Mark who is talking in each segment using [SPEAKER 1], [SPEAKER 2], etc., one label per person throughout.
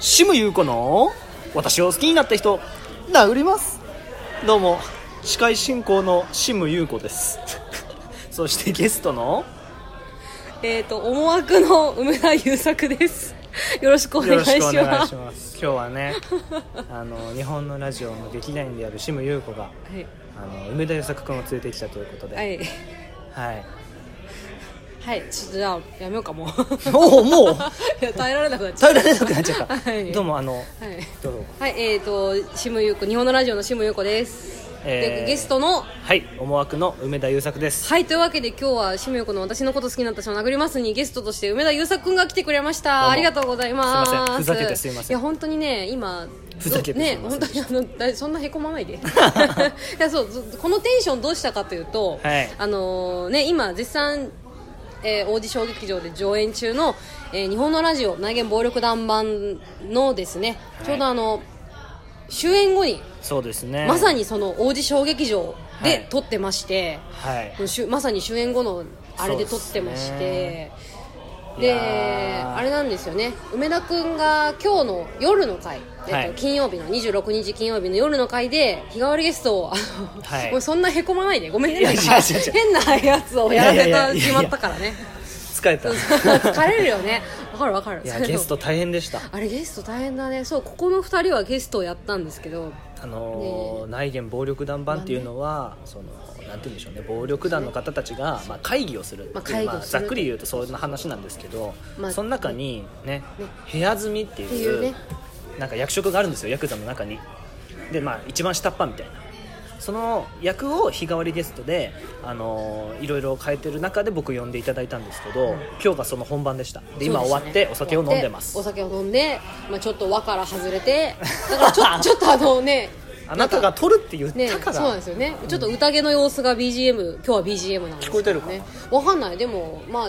[SPEAKER 1] シムユウコの私を好きになった人殴りますどうも司会進行のシムユウコです そしてゲストの
[SPEAKER 2] えっ、と思惑の梅田優作です。 よろしくお
[SPEAKER 1] よ
[SPEAKER 2] 願
[SPEAKER 1] ろし
[SPEAKER 2] い
[SPEAKER 1] くお
[SPEAKER 2] し
[SPEAKER 1] 願
[SPEAKER 2] ま
[SPEAKER 1] いし
[SPEAKER 2] す。
[SPEAKER 1] ます今日はねあの日本のラジオの劇団員であるシムユウコが
[SPEAKER 2] はい、
[SPEAKER 1] あの梅田優作君を連れてきたということで
[SPEAKER 2] は
[SPEAKER 1] はい、
[SPEAKER 2] い、はい、ちょっとじゃあやめよ うかもう。
[SPEAKER 1] おおもう
[SPEAKER 2] いや耐えられなくなっちゃ
[SPEAKER 1] 耐えられなくなっちゃった、
[SPEAKER 2] はい
[SPEAKER 1] どうもあの
[SPEAKER 2] う。はい、
[SPEAKER 1] どうぞ
[SPEAKER 2] はい、えっ、とシムユウコ日本のラジオのシムユウコです。
[SPEAKER 1] え
[SPEAKER 2] で
[SPEAKER 1] ー
[SPEAKER 2] ゲストの
[SPEAKER 1] はい思惑の梅田優作です
[SPEAKER 2] はいというわけで今日はシムユウコの私のこと好きになった人を殴りますにゲストとして梅田優作くんが来てくれまし
[SPEAKER 1] どう
[SPEAKER 2] た。
[SPEAKER 1] も
[SPEAKER 2] ありがとうございます。
[SPEAKER 1] すいませんふざけてすいません
[SPEAKER 2] いや本当にね今
[SPEAKER 1] ふざけてすい
[SPEAKER 2] ね
[SPEAKER 1] ませ
[SPEAKER 2] 本
[SPEAKER 1] ん
[SPEAKER 2] 当にあのだそんなへこま ないでいやそうずこのテンションどうしたかというと、
[SPEAKER 1] はい
[SPEAKER 2] あのーね今絶賛えー、王子小劇場で上演中の、えー日本のラジオ内言暴力団版のですね、
[SPEAKER 1] はい
[SPEAKER 2] ちょうどあの終演後に、
[SPEAKER 1] そうですね
[SPEAKER 2] まさにその王子小劇場
[SPEAKER 1] は
[SPEAKER 2] で
[SPEAKER 1] い
[SPEAKER 2] 撮ってまして、
[SPEAKER 1] はい
[SPEAKER 2] しゅまさに終演後のあれで撮ってまし
[SPEAKER 1] そう
[SPEAKER 2] て
[SPEAKER 1] でい
[SPEAKER 2] で
[SPEAKER 1] やー
[SPEAKER 2] あれなんですよね梅田君が今日の夜の回、
[SPEAKER 1] は
[SPEAKER 2] えっ
[SPEAKER 1] い
[SPEAKER 2] と、金曜日の26日金曜日の夜の回で日替わりゲストをあの、
[SPEAKER 1] はい
[SPEAKER 2] もうそんなへこまないでごめんね
[SPEAKER 1] いや違う違う違う
[SPEAKER 2] 変なやつをやら
[SPEAKER 1] い
[SPEAKER 2] せ
[SPEAKER 1] やいや
[SPEAKER 2] た
[SPEAKER 1] いやいや
[SPEAKER 2] 決まったからね
[SPEAKER 1] 疲れ た
[SPEAKER 2] 疲れるよねわかるわかる
[SPEAKER 1] いや
[SPEAKER 2] それ
[SPEAKER 1] ゲスト大変でした
[SPEAKER 2] あれゲスト大変だねそうここの2人はゲストをやったんですけど
[SPEAKER 1] あのー内言暴力団版っていうのはそのなんて言うんでしょうね暴力団の方たちが、まあ、会議をするっていう
[SPEAKER 2] まあ会議をする
[SPEAKER 1] ざっくり言うとそんな話なんですけど、
[SPEAKER 2] まあ
[SPEAKER 1] その中にね
[SPEAKER 2] ね
[SPEAKER 1] 部屋住みっていう
[SPEAKER 2] っていうね
[SPEAKER 1] なんか役職があるんですよヤクザの中にでまあ一番下っ端みたいなその役を日替わりゲストで、あのーいろいろ変えてる中で僕呼んでいただいたんですけど、今日がその本番でしたで今
[SPEAKER 2] そう
[SPEAKER 1] 終
[SPEAKER 2] すね
[SPEAKER 1] わってお酒を飲んでます
[SPEAKER 2] お酒を飲んで、まあ、ちょっと輪から外れてだからち ょちょっとあのね
[SPEAKER 1] あなたが取るって言っ
[SPEAKER 2] ね
[SPEAKER 1] たから、
[SPEAKER 2] そうなんですよねちょっと宴の様子が BGM 今日は BGM なんです
[SPEAKER 1] 聞こえてるか
[SPEAKER 2] ねわかんないでもまあ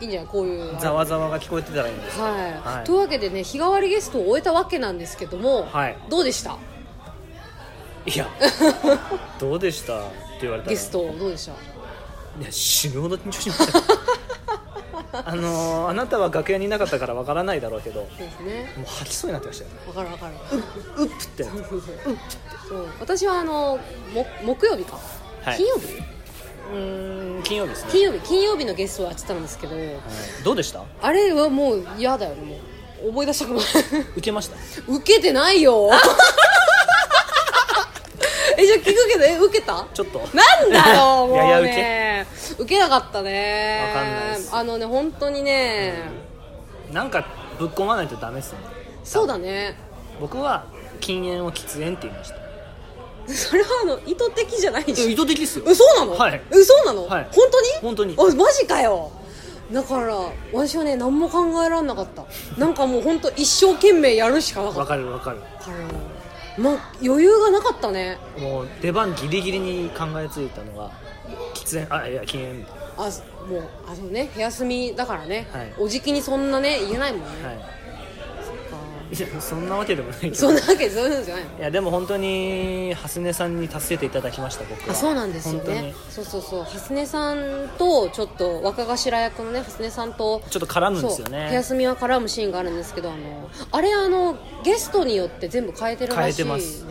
[SPEAKER 2] いいんじゃないこういう
[SPEAKER 1] ざわざわが聞こえてたらいいんです
[SPEAKER 2] はい、
[SPEAKER 1] はい
[SPEAKER 2] というわけでね日替わりゲストを終えたわけなんですけども、
[SPEAKER 1] はい
[SPEAKER 2] どうでした
[SPEAKER 1] い やどうでしたって言われたら
[SPEAKER 2] ゲストどうでした
[SPEAKER 1] いや死ぬほど緊張しま したあのーあなたは楽屋にいなかったからわからないだろうけども
[SPEAKER 2] そうですね
[SPEAKER 1] う吐きそうになってましたよ
[SPEAKER 2] わかるわかる
[SPEAKER 1] うっぷってなって
[SPEAKER 2] そう私はあのも木曜日か、
[SPEAKER 1] はい
[SPEAKER 2] 金曜日
[SPEAKER 1] うーん金曜日ですね、
[SPEAKER 2] 金曜日金曜日のゲストをやってたんですけど
[SPEAKER 1] はいどうでした
[SPEAKER 2] あれはもう嫌だよねもう思い出したくない
[SPEAKER 1] 受けました
[SPEAKER 2] 受けてないよ えじゃあ聞くけどえ受けた
[SPEAKER 1] ちょっと
[SPEAKER 2] なんだよもう
[SPEAKER 1] やや受け
[SPEAKER 2] ね受けなかったね
[SPEAKER 1] わかんないです
[SPEAKER 2] あのね本当にね、
[SPEAKER 1] なんかぶっ込まないとダメですね
[SPEAKER 2] そうだね
[SPEAKER 1] 僕は禁煙を喫煙って言いました
[SPEAKER 2] それはあの意図的じゃないで
[SPEAKER 1] え
[SPEAKER 2] し
[SPEAKER 1] 意図的ですよ
[SPEAKER 2] ょ嘘なの、
[SPEAKER 1] はい
[SPEAKER 2] 嘘なの、
[SPEAKER 1] はい
[SPEAKER 2] 本当に
[SPEAKER 1] 本当に
[SPEAKER 2] あマジかよだから私はね何も考えられなかったなんかもう本当一生懸命やるしかなか
[SPEAKER 1] わ
[SPEAKER 2] った
[SPEAKER 1] かるわかる
[SPEAKER 2] からまあ余裕がなかったね
[SPEAKER 1] もう出番ギリギリに考えついたのが喫煙あいや禁煙
[SPEAKER 2] あもうあのね部屋住みだからね、
[SPEAKER 1] はい
[SPEAKER 2] おじきにそんなね言えないもんね、
[SPEAKER 1] はいいやそんなわけでもないけど
[SPEAKER 2] そんなわけそういうんじゃないの
[SPEAKER 1] いやでも本当に蓮根さんに助けていただきました僕は
[SPEAKER 2] あそうなんですよね
[SPEAKER 1] 本
[SPEAKER 2] そうそうそう蓮根さんとちょっと若頭役のね蓮根さんと
[SPEAKER 1] 当にちょっと絡むんで
[SPEAKER 2] そ
[SPEAKER 1] す
[SPEAKER 2] う
[SPEAKER 1] よ
[SPEAKER 2] 部
[SPEAKER 1] ね
[SPEAKER 2] 屋住みは絡むシーンがあるんですけどあのあれあのゲストによって全部変えてる
[SPEAKER 1] 変え
[SPEAKER 2] らしい、ね、
[SPEAKER 1] てます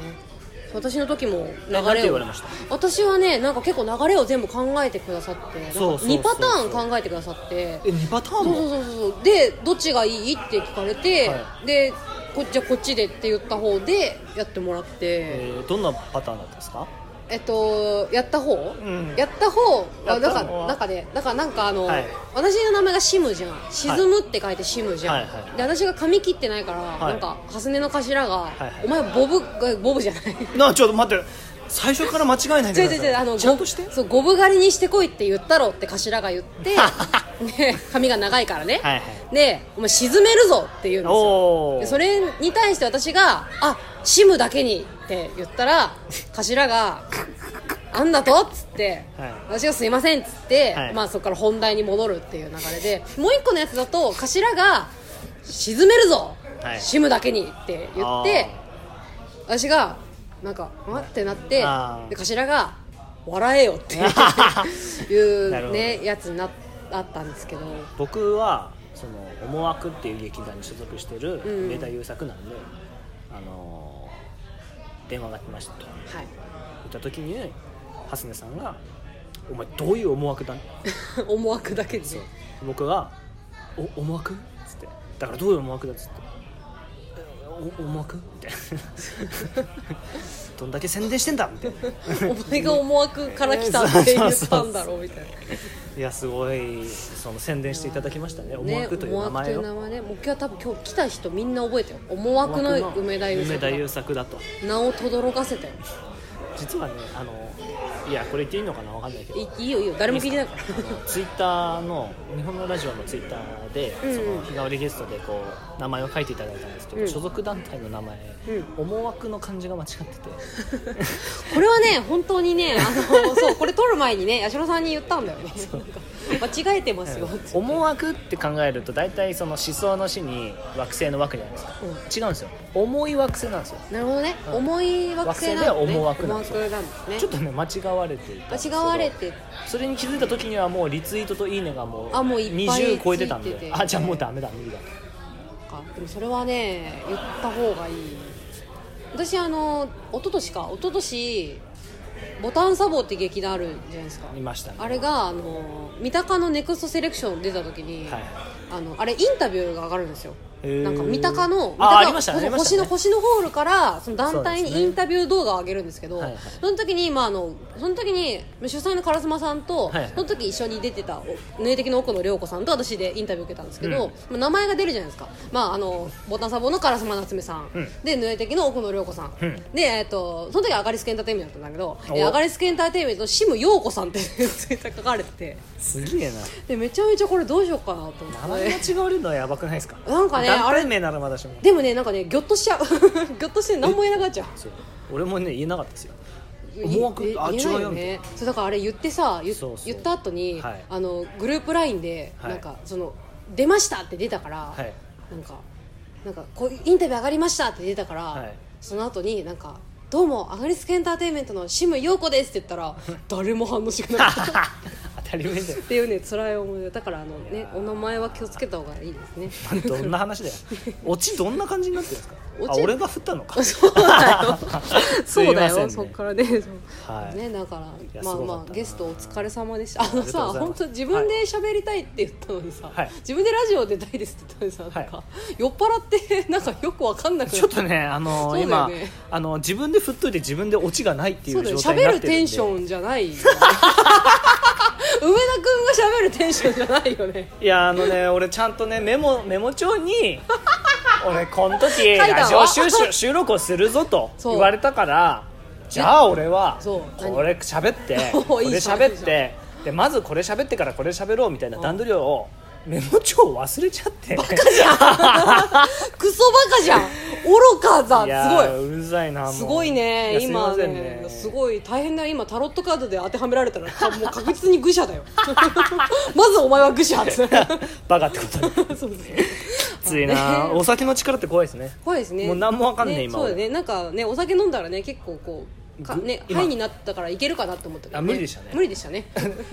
[SPEAKER 2] 私の時も流
[SPEAKER 1] なんて
[SPEAKER 2] れ
[SPEAKER 1] 言
[SPEAKER 2] を
[SPEAKER 1] われました
[SPEAKER 2] 私はねなんか結構流れを全部考えてくださってなんか
[SPEAKER 1] そうそうそう
[SPEAKER 2] 2パターン考えてくださって
[SPEAKER 1] え2パターン
[SPEAKER 2] そう
[SPEAKER 1] も
[SPEAKER 2] そうそうそうでどっちがいいって聞かれて、
[SPEAKER 1] は
[SPEAKER 2] でこじゃあこっちでって言った方でやってもらって、
[SPEAKER 1] えーどんなパターンだったんですか
[SPEAKER 2] えっとやった方、
[SPEAKER 1] ん
[SPEAKER 2] やった方
[SPEAKER 1] や
[SPEAKER 2] あ
[SPEAKER 1] った
[SPEAKER 2] な
[SPEAKER 1] 方
[SPEAKER 2] んか
[SPEAKER 1] は
[SPEAKER 2] なんかねなんかなんかあの、
[SPEAKER 1] はい
[SPEAKER 2] 私の名前がシムじゃん沈むって書いてシムじゃん、
[SPEAKER 1] はいはい
[SPEAKER 2] で私が髪切ってないから、
[SPEAKER 1] い
[SPEAKER 2] なんか初音の頭が、
[SPEAKER 1] いはい
[SPEAKER 2] お前ボブがボブじゃない
[SPEAKER 1] なちょっと待って最初から間違えない
[SPEAKER 2] 違う違う違うあの
[SPEAKER 1] ちゃんとして
[SPEAKER 2] ゴブそうゴブ狩りにしてこいって言ったろって頭が言って ね髪が長いからね、
[SPEAKER 1] はいは
[SPEAKER 2] でお前沈めるぞって言うんですよ
[SPEAKER 1] お
[SPEAKER 2] で
[SPEAKER 1] お
[SPEAKER 2] それに対して私が「あシムだけに」って言ったら頭があんだとっつって、
[SPEAKER 1] はい
[SPEAKER 2] 私がすいませんっつって、
[SPEAKER 1] はい
[SPEAKER 2] まあそこから本題に戻るっていう流れでもう一個のやつだと頭が沈めるぞ、
[SPEAKER 1] はい
[SPEAKER 2] シムだけにって言って私がなんか「わ」ってなって
[SPEAKER 1] あー
[SPEAKER 2] で頭が「笑えよ」ってい う
[SPEAKER 1] なる
[SPEAKER 2] い
[SPEAKER 1] ほど
[SPEAKER 2] うねやつになあったんですけど
[SPEAKER 1] 僕はその思惑っていう劇団に所属してる
[SPEAKER 2] うん
[SPEAKER 1] 上田優作なんで、あのー電話が来ましたと言
[SPEAKER 2] はい
[SPEAKER 1] った時に蓮根さんが「お前どういう思惑だ?」
[SPEAKER 2] 思惑だけで
[SPEAKER 1] そう僕が「お思惑?」っつって「だからどういう思惑だ?」っつってえ「お思惑?」みたいな「 どんだけ宣伝してんだ?」みたいな
[SPEAKER 2] お前が思惑から 来たって言ったんだろうみたいな。
[SPEAKER 1] いやすごいその宣伝していただきましたね思
[SPEAKER 2] ね、
[SPEAKER 1] 惑という名前を
[SPEAKER 2] 思惑という名前ねもう今日は多分今日来た人みんな覚えたよ思惑
[SPEAKER 1] 思
[SPEAKER 2] の
[SPEAKER 1] 惑の
[SPEAKER 2] 梅田優
[SPEAKER 1] 梅田
[SPEAKER 2] 作だ
[SPEAKER 1] 優作だと
[SPEAKER 2] 名を轟かせたよ
[SPEAKER 1] 実はねあのいやこれ言っていいのかなわかんないけど
[SPEAKER 2] いいいよいいよ誰も聞いてないから
[SPEAKER 1] あのツイッターの日本のラジオのツイッターで、
[SPEAKER 2] うんうん
[SPEAKER 1] その日替わりゲストでこう名前を書いていただいたんですけど、
[SPEAKER 2] うん
[SPEAKER 1] 所属団体の名前、思惑の漢字が間違ってて
[SPEAKER 2] これはね本当にねあのそうこれ撮る前にね八代さんに言ったんだよねなんか間違えてますよって
[SPEAKER 1] 思惑って考えると大体その思想の死に惑星の枠じゃないですか、
[SPEAKER 2] うん
[SPEAKER 1] 違うんですよ重い惑星なんですよ、
[SPEAKER 2] なるほどね、
[SPEAKER 1] うん
[SPEAKER 2] 重い惑星なんだ、ね、
[SPEAKER 1] 惑星で思惑なんですよ
[SPEAKER 2] 思なんですね
[SPEAKER 1] ちょっとね間違われていたんですけど
[SPEAKER 2] 間違われて
[SPEAKER 1] それに気づいた時にはもうリツイートと「いいね」がもう
[SPEAKER 2] あもういっぱい
[SPEAKER 1] 20超えてたんで
[SPEAKER 2] ついてて
[SPEAKER 1] あじゃあもうダメだ無理だ
[SPEAKER 2] かでもそれはね言った方がいい私あの一昨年か一昨年ボタンサボーって劇団あるじゃないですか
[SPEAKER 1] 見ましたね
[SPEAKER 2] あれがあの三鷹のネクストセレクション出た時に、
[SPEAKER 1] はい
[SPEAKER 2] あのあれインタビューが上がるんですよ
[SPEAKER 1] へー
[SPEAKER 2] なんか三鷹の
[SPEAKER 1] あありま
[SPEAKER 2] 三
[SPEAKER 1] した
[SPEAKER 2] 鷹
[SPEAKER 1] ね
[SPEAKER 2] そう
[SPEAKER 1] ありましたね
[SPEAKER 2] 星の星のホールからその団体
[SPEAKER 1] そうです
[SPEAKER 2] に
[SPEAKER 1] ね
[SPEAKER 2] インタビュー動画を上げるんですけどそ
[SPEAKER 1] はいはい
[SPEAKER 2] の時に、まあ、あのその時に主催の烏丸さんと、
[SPEAKER 1] はいはい
[SPEAKER 2] その時一緒に出てたお霊的の奥野涼子さんと私でインタビュー受けたんですけど、
[SPEAKER 1] うん
[SPEAKER 2] まあ名前が出るじゃないですか、まあ、あのボタンサボの烏丸夏目さん、
[SPEAKER 1] うん
[SPEAKER 2] でヌエテキの奥野涼子さん、
[SPEAKER 1] うん
[SPEAKER 2] で、えっとその時はアガリスクエンターテインメントだったんだけど
[SPEAKER 1] お
[SPEAKER 2] えーアガリスクエンターテインメントのシム陽子さんってツイッター書かれてて
[SPEAKER 1] すげえ
[SPEAKER 2] でめちゃめちゃこれどうしようかなと思
[SPEAKER 1] な名
[SPEAKER 2] っ
[SPEAKER 1] 前
[SPEAKER 2] て
[SPEAKER 1] 間違われるのはやばくないですか
[SPEAKER 2] なんかね
[SPEAKER 1] 団
[SPEAKER 2] あれ
[SPEAKER 1] 体名ならまだしも
[SPEAKER 2] でもねなんかねギョッとしちゃう ギョッとして何も言えなくなっちゃう
[SPEAKER 1] そう俺もね言えなかったですよ
[SPEAKER 2] い
[SPEAKER 1] 思惑
[SPEAKER 2] え
[SPEAKER 1] あ
[SPEAKER 2] 言え
[SPEAKER 1] 違
[SPEAKER 2] ないうよ
[SPEAKER 1] よみたい
[SPEAKER 2] ねそうだからあれ言ってさ言
[SPEAKER 1] そうそう
[SPEAKER 2] 言った後に、
[SPEAKER 1] はい
[SPEAKER 2] あのグループ LINE で、
[SPEAKER 1] はい
[SPEAKER 2] なんかその出ましたって出たから、
[SPEAKER 1] はい
[SPEAKER 2] なんかなんかこうインタビュー上がりましたって出たから、
[SPEAKER 1] はい
[SPEAKER 2] その後になんかどうもアガリスクエンターテインメントのシム陽子ですって言っ たら誰も反応してくれなかったっ
[SPEAKER 1] 当たり前だよ
[SPEAKER 2] ていうね辛い思い出だからあのね
[SPEAKER 1] やー
[SPEAKER 2] お名前は気をつけた方がい いですね
[SPEAKER 1] どんな話だ よオチどんな感じになってるんですか
[SPEAKER 2] オ
[SPEAKER 1] あ
[SPEAKER 2] チ
[SPEAKER 1] 俺が振ったのか
[SPEAKER 2] そうだよ
[SPEAKER 1] すい
[SPEAKER 2] そ
[SPEAKER 1] ませ
[SPEAKER 2] う
[SPEAKER 1] んね
[SPEAKER 2] だよ、そっからねそう
[SPEAKER 1] はい
[SPEAKER 2] ねだから
[SPEAKER 1] や
[SPEAKER 2] まあ
[SPEAKER 1] すごかっ
[SPEAKER 2] ま
[SPEAKER 1] た
[SPEAKER 2] あ
[SPEAKER 1] な
[SPEAKER 2] ゲストお疲れ様でしたあの
[SPEAKER 1] りがとうござ
[SPEAKER 2] さ
[SPEAKER 1] います
[SPEAKER 2] 本当自分で喋りたいって言ったのにさ、
[SPEAKER 1] はい
[SPEAKER 2] 自分でラジオ出たいですって言ったのにさ、なん
[SPEAKER 1] は
[SPEAKER 2] か酔っ払ってなんかよくわかんなくな
[SPEAKER 1] ちょ
[SPEAKER 2] っ
[SPEAKER 1] っとね、あの
[SPEAKER 2] そうだよ
[SPEAKER 1] 今
[SPEAKER 2] ね
[SPEAKER 1] あの自分で振っといて自分でオチがないってい
[SPEAKER 2] そう
[SPEAKER 1] う
[SPEAKER 2] だよ
[SPEAKER 1] 状
[SPEAKER 2] ね
[SPEAKER 1] 態にな
[SPEAKER 2] 喋
[SPEAKER 1] ってるんで
[SPEAKER 2] るテンションじゃないよね 梅田君が喋るテンションじゃないよね
[SPEAKER 1] いやあの ね俺ちゃんとねメモメモ帳に俺この時
[SPEAKER 2] いたわ
[SPEAKER 1] ラジオ収集収録をするぞと
[SPEAKER 2] そう
[SPEAKER 1] 言われたからじゃあ俺は
[SPEAKER 2] そう
[SPEAKER 1] これ喋っ て
[SPEAKER 2] 何
[SPEAKER 1] これ
[SPEAKER 2] いいじゃん
[SPEAKER 1] 喋ってでまずこれ喋ってからこれ喋ろうみたいな段取りをメモ帳を忘れちゃって
[SPEAKER 2] クソバカじゃん愚か
[SPEAKER 1] い
[SPEAKER 2] だ
[SPEAKER 1] や
[SPEAKER 2] すごいう
[SPEAKER 1] ざいなもう
[SPEAKER 2] すごいね
[SPEAKER 1] や
[SPEAKER 2] 今
[SPEAKER 1] すい
[SPEAKER 2] ね
[SPEAKER 1] ませんね
[SPEAKER 2] すごい大変だよ今タロットカードで当てはめられた らたもう確実に愚者だよ まずお前は 愚者ってそう
[SPEAKER 1] バカってことね
[SPEAKER 2] そう
[SPEAKER 1] ついな
[SPEAKER 2] ね
[SPEAKER 1] お酒の力って怖いですね
[SPEAKER 2] 怖いですね
[SPEAKER 1] もう何もわかんねえ今
[SPEAKER 2] そう
[SPEAKER 1] 俺
[SPEAKER 2] だねなんかねお酒飲んだらね結構こうか
[SPEAKER 1] ぐ
[SPEAKER 2] ね
[SPEAKER 1] 今
[SPEAKER 2] ハイになったからいけるかなと思ったけど、
[SPEAKER 1] あ無理でしたね
[SPEAKER 2] 無理でしたね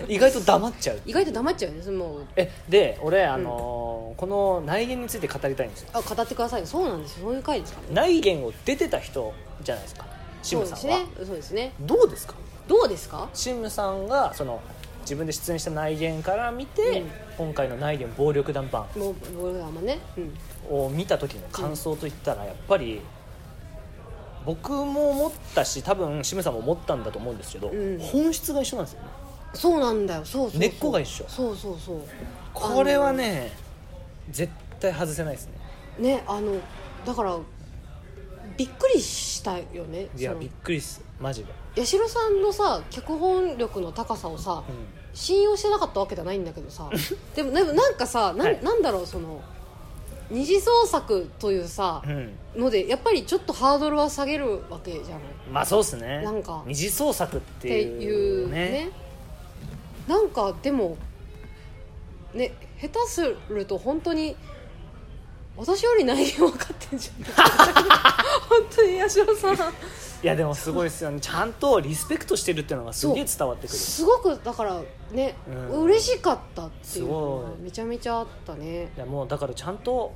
[SPEAKER 1] 意外と黙っちゃう
[SPEAKER 2] 意外と黙っちゃうねそれもう
[SPEAKER 1] えで俺あのーこの内言について語りたいんですよ
[SPEAKER 2] あ語ってくださいそうなんですよそういう回ですからね
[SPEAKER 1] 内言を出てた人じゃないですかシ
[SPEAKER 2] そ
[SPEAKER 1] ム
[SPEAKER 2] うで
[SPEAKER 1] さん
[SPEAKER 2] す
[SPEAKER 1] は、
[SPEAKER 2] ねそうですね
[SPEAKER 1] どうですか
[SPEAKER 2] どうですか
[SPEAKER 1] シムさんがその自分で出演した内言から見て、
[SPEAKER 2] うん
[SPEAKER 1] 今回の内言暴力団版
[SPEAKER 2] もう俺はあんまね、うん、
[SPEAKER 1] を見た時の感想といったらやっぱり僕も思ったし多分シムさんも思ったんだと思うんですけど、
[SPEAKER 2] うん
[SPEAKER 1] 本質が一緒なんですよね
[SPEAKER 2] そうなんだよそうそうそう
[SPEAKER 1] 根っこが一緒
[SPEAKER 2] そうそうそう
[SPEAKER 1] これはね絶対外せないですね
[SPEAKER 2] ねあのだからびっくりしたよね
[SPEAKER 1] いや
[SPEAKER 2] その
[SPEAKER 1] びっくりっすマジで、
[SPEAKER 2] 八代さんのさ脚本力の高さをさ、
[SPEAKER 1] うん
[SPEAKER 2] 信用してなかったわけじゃないんだけどさでもでもなんかさなん,、
[SPEAKER 1] はい
[SPEAKER 2] なんだろうその二次創作というさ
[SPEAKER 1] うん
[SPEAKER 2] のでやっぱりちょっとハードルは下げるわけじゃんっ
[SPEAKER 1] まあそうですね
[SPEAKER 2] なんか
[SPEAKER 1] 二次創作って
[SPEAKER 2] て
[SPEAKER 1] い
[SPEAKER 2] いうう
[SPEAKER 1] ね
[SPEAKER 2] ねなんかでもね下手すると本当に私より内容分かってん じゃん本当に八代さん
[SPEAKER 1] いやでもすごいですよねちゃんとリスペクトしてるっていうのがすげえ伝わってくる
[SPEAKER 2] すごくだからね、
[SPEAKER 1] うん
[SPEAKER 2] 嬉しかったってい
[SPEAKER 1] す
[SPEAKER 2] うのが
[SPEAKER 1] ごい
[SPEAKER 2] めちゃめちゃあったね
[SPEAKER 1] いやもうだからちゃんと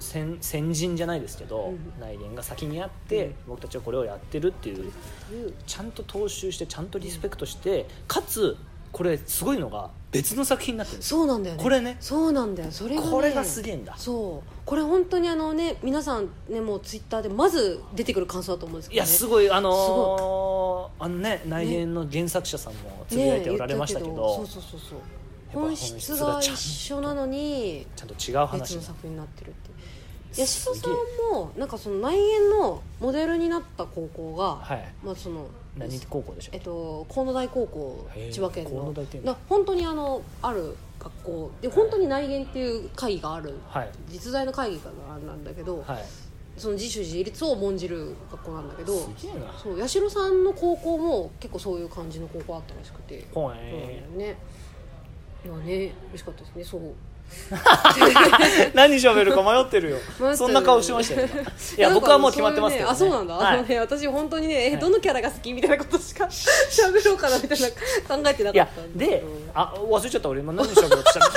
[SPEAKER 1] 先先人じゃないですけど、
[SPEAKER 2] うん
[SPEAKER 1] 内縁が先にあって、僕たちはこれをやってるっていう
[SPEAKER 2] うん
[SPEAKER 1] ちゃんと踏襲してちゃんとリスペクトしてかつこれすごいのが別の作品になってるんですよ
[SPEAKER 2] そうなんだよね
[SPEAKER 1] これね
[SPEAKER 2] そうなんだよそれが、ね、
[SPEAKER 1] これがすげえんだ
[SPEAKER 2] そうこれ本当にあのね皆さんねもうツイッターでまず出てくる感想だと思うんですけ
[SPEAKER 1] い
[SPEAKER 2] ど、ね、
[SPEAKER 1] やすごいあのーあのね内縁の原作者さんもつぶやいておられましたけど,、
[SPEAKER 2] ね言ってたけどそうそうそうそう本質
[SPEAKER 1] やっぱ
[SPEAKER 2] が
[SPEAKER 1] 本質がちゃんと
[SPEAKER 2] 一緒なのに
[SPEAKER 1] ちゃんと違う
[SPEAKER 2] 別
[SPEAKER 1] 話
[SPEAKER 2] の
[SPEAKER 1] に
[SPEAKER 2] 作品になってるって八
[SPEAKER 1] す
[SPEAKER 2] 代
[SPEAKER 1] げえ
[SPEAKER 2] さんもなんかその内縁のモデルになった高校が、
[SPEAKER 1] はい
[SPEAKER 2] まあその
[SPEAKER 1] 何高校でしょ
[SPEAKER 2] えっと、河野大高校
[SPEAKER 1] へえ
[SPEAKER 2] 千葉県
[SPEAKER 1] 河野
[SPEAKER 2] の
[SPEAKER 1] 大っていうの
[SPEAKER 2] な本当にあのある学校で本当に内言っていう会議がある
[SPEAKER 1] はい
[SPEAKER 2] 実在の会議があるなんだけど、
[SPEAKER 1] はい
[SPEAKER 2] その自主自立を重んじる学校なんだけど
[SPEAKER 1] すげえな
[SPEAKER 2] そう八代さんの高校も結構そういう感じの高校あったらしくて、
[SPEAKER 1] ほ
[SPEAKER 2] そうなんだ
[SPEAKER 1] え
[SPEAKER 2] よねいやね嬉しかったですねそう
[SPEAKER 1] 何喋るか迷ってるよ
[SPEAKER 2] 迷ってる
[SPEAKER 1] そんな顔してま したよ今いや
[SPEAKER 2] なんか
[SPEAKER 1] 僕はもう決まってますけど、ね、
[SPEAKER 2] そういうねあそうなんだ、
[SPEAKER 1] は
[SPEAKER 2] あの
[SPEAKER 1] い、
[SPEAKER 2] ね私本当にねえ
[SPEAKER 1] はい
[SPEAKER 2] どのキャラが好きみたいなことしか 喋ろうかなみたいな 考えてないかっ
[SPEAKER 1] や
[SPEAKER 2] たんだけど
[SPEAKER 1] であ忘れちゃった俺今何喋ろうとした っ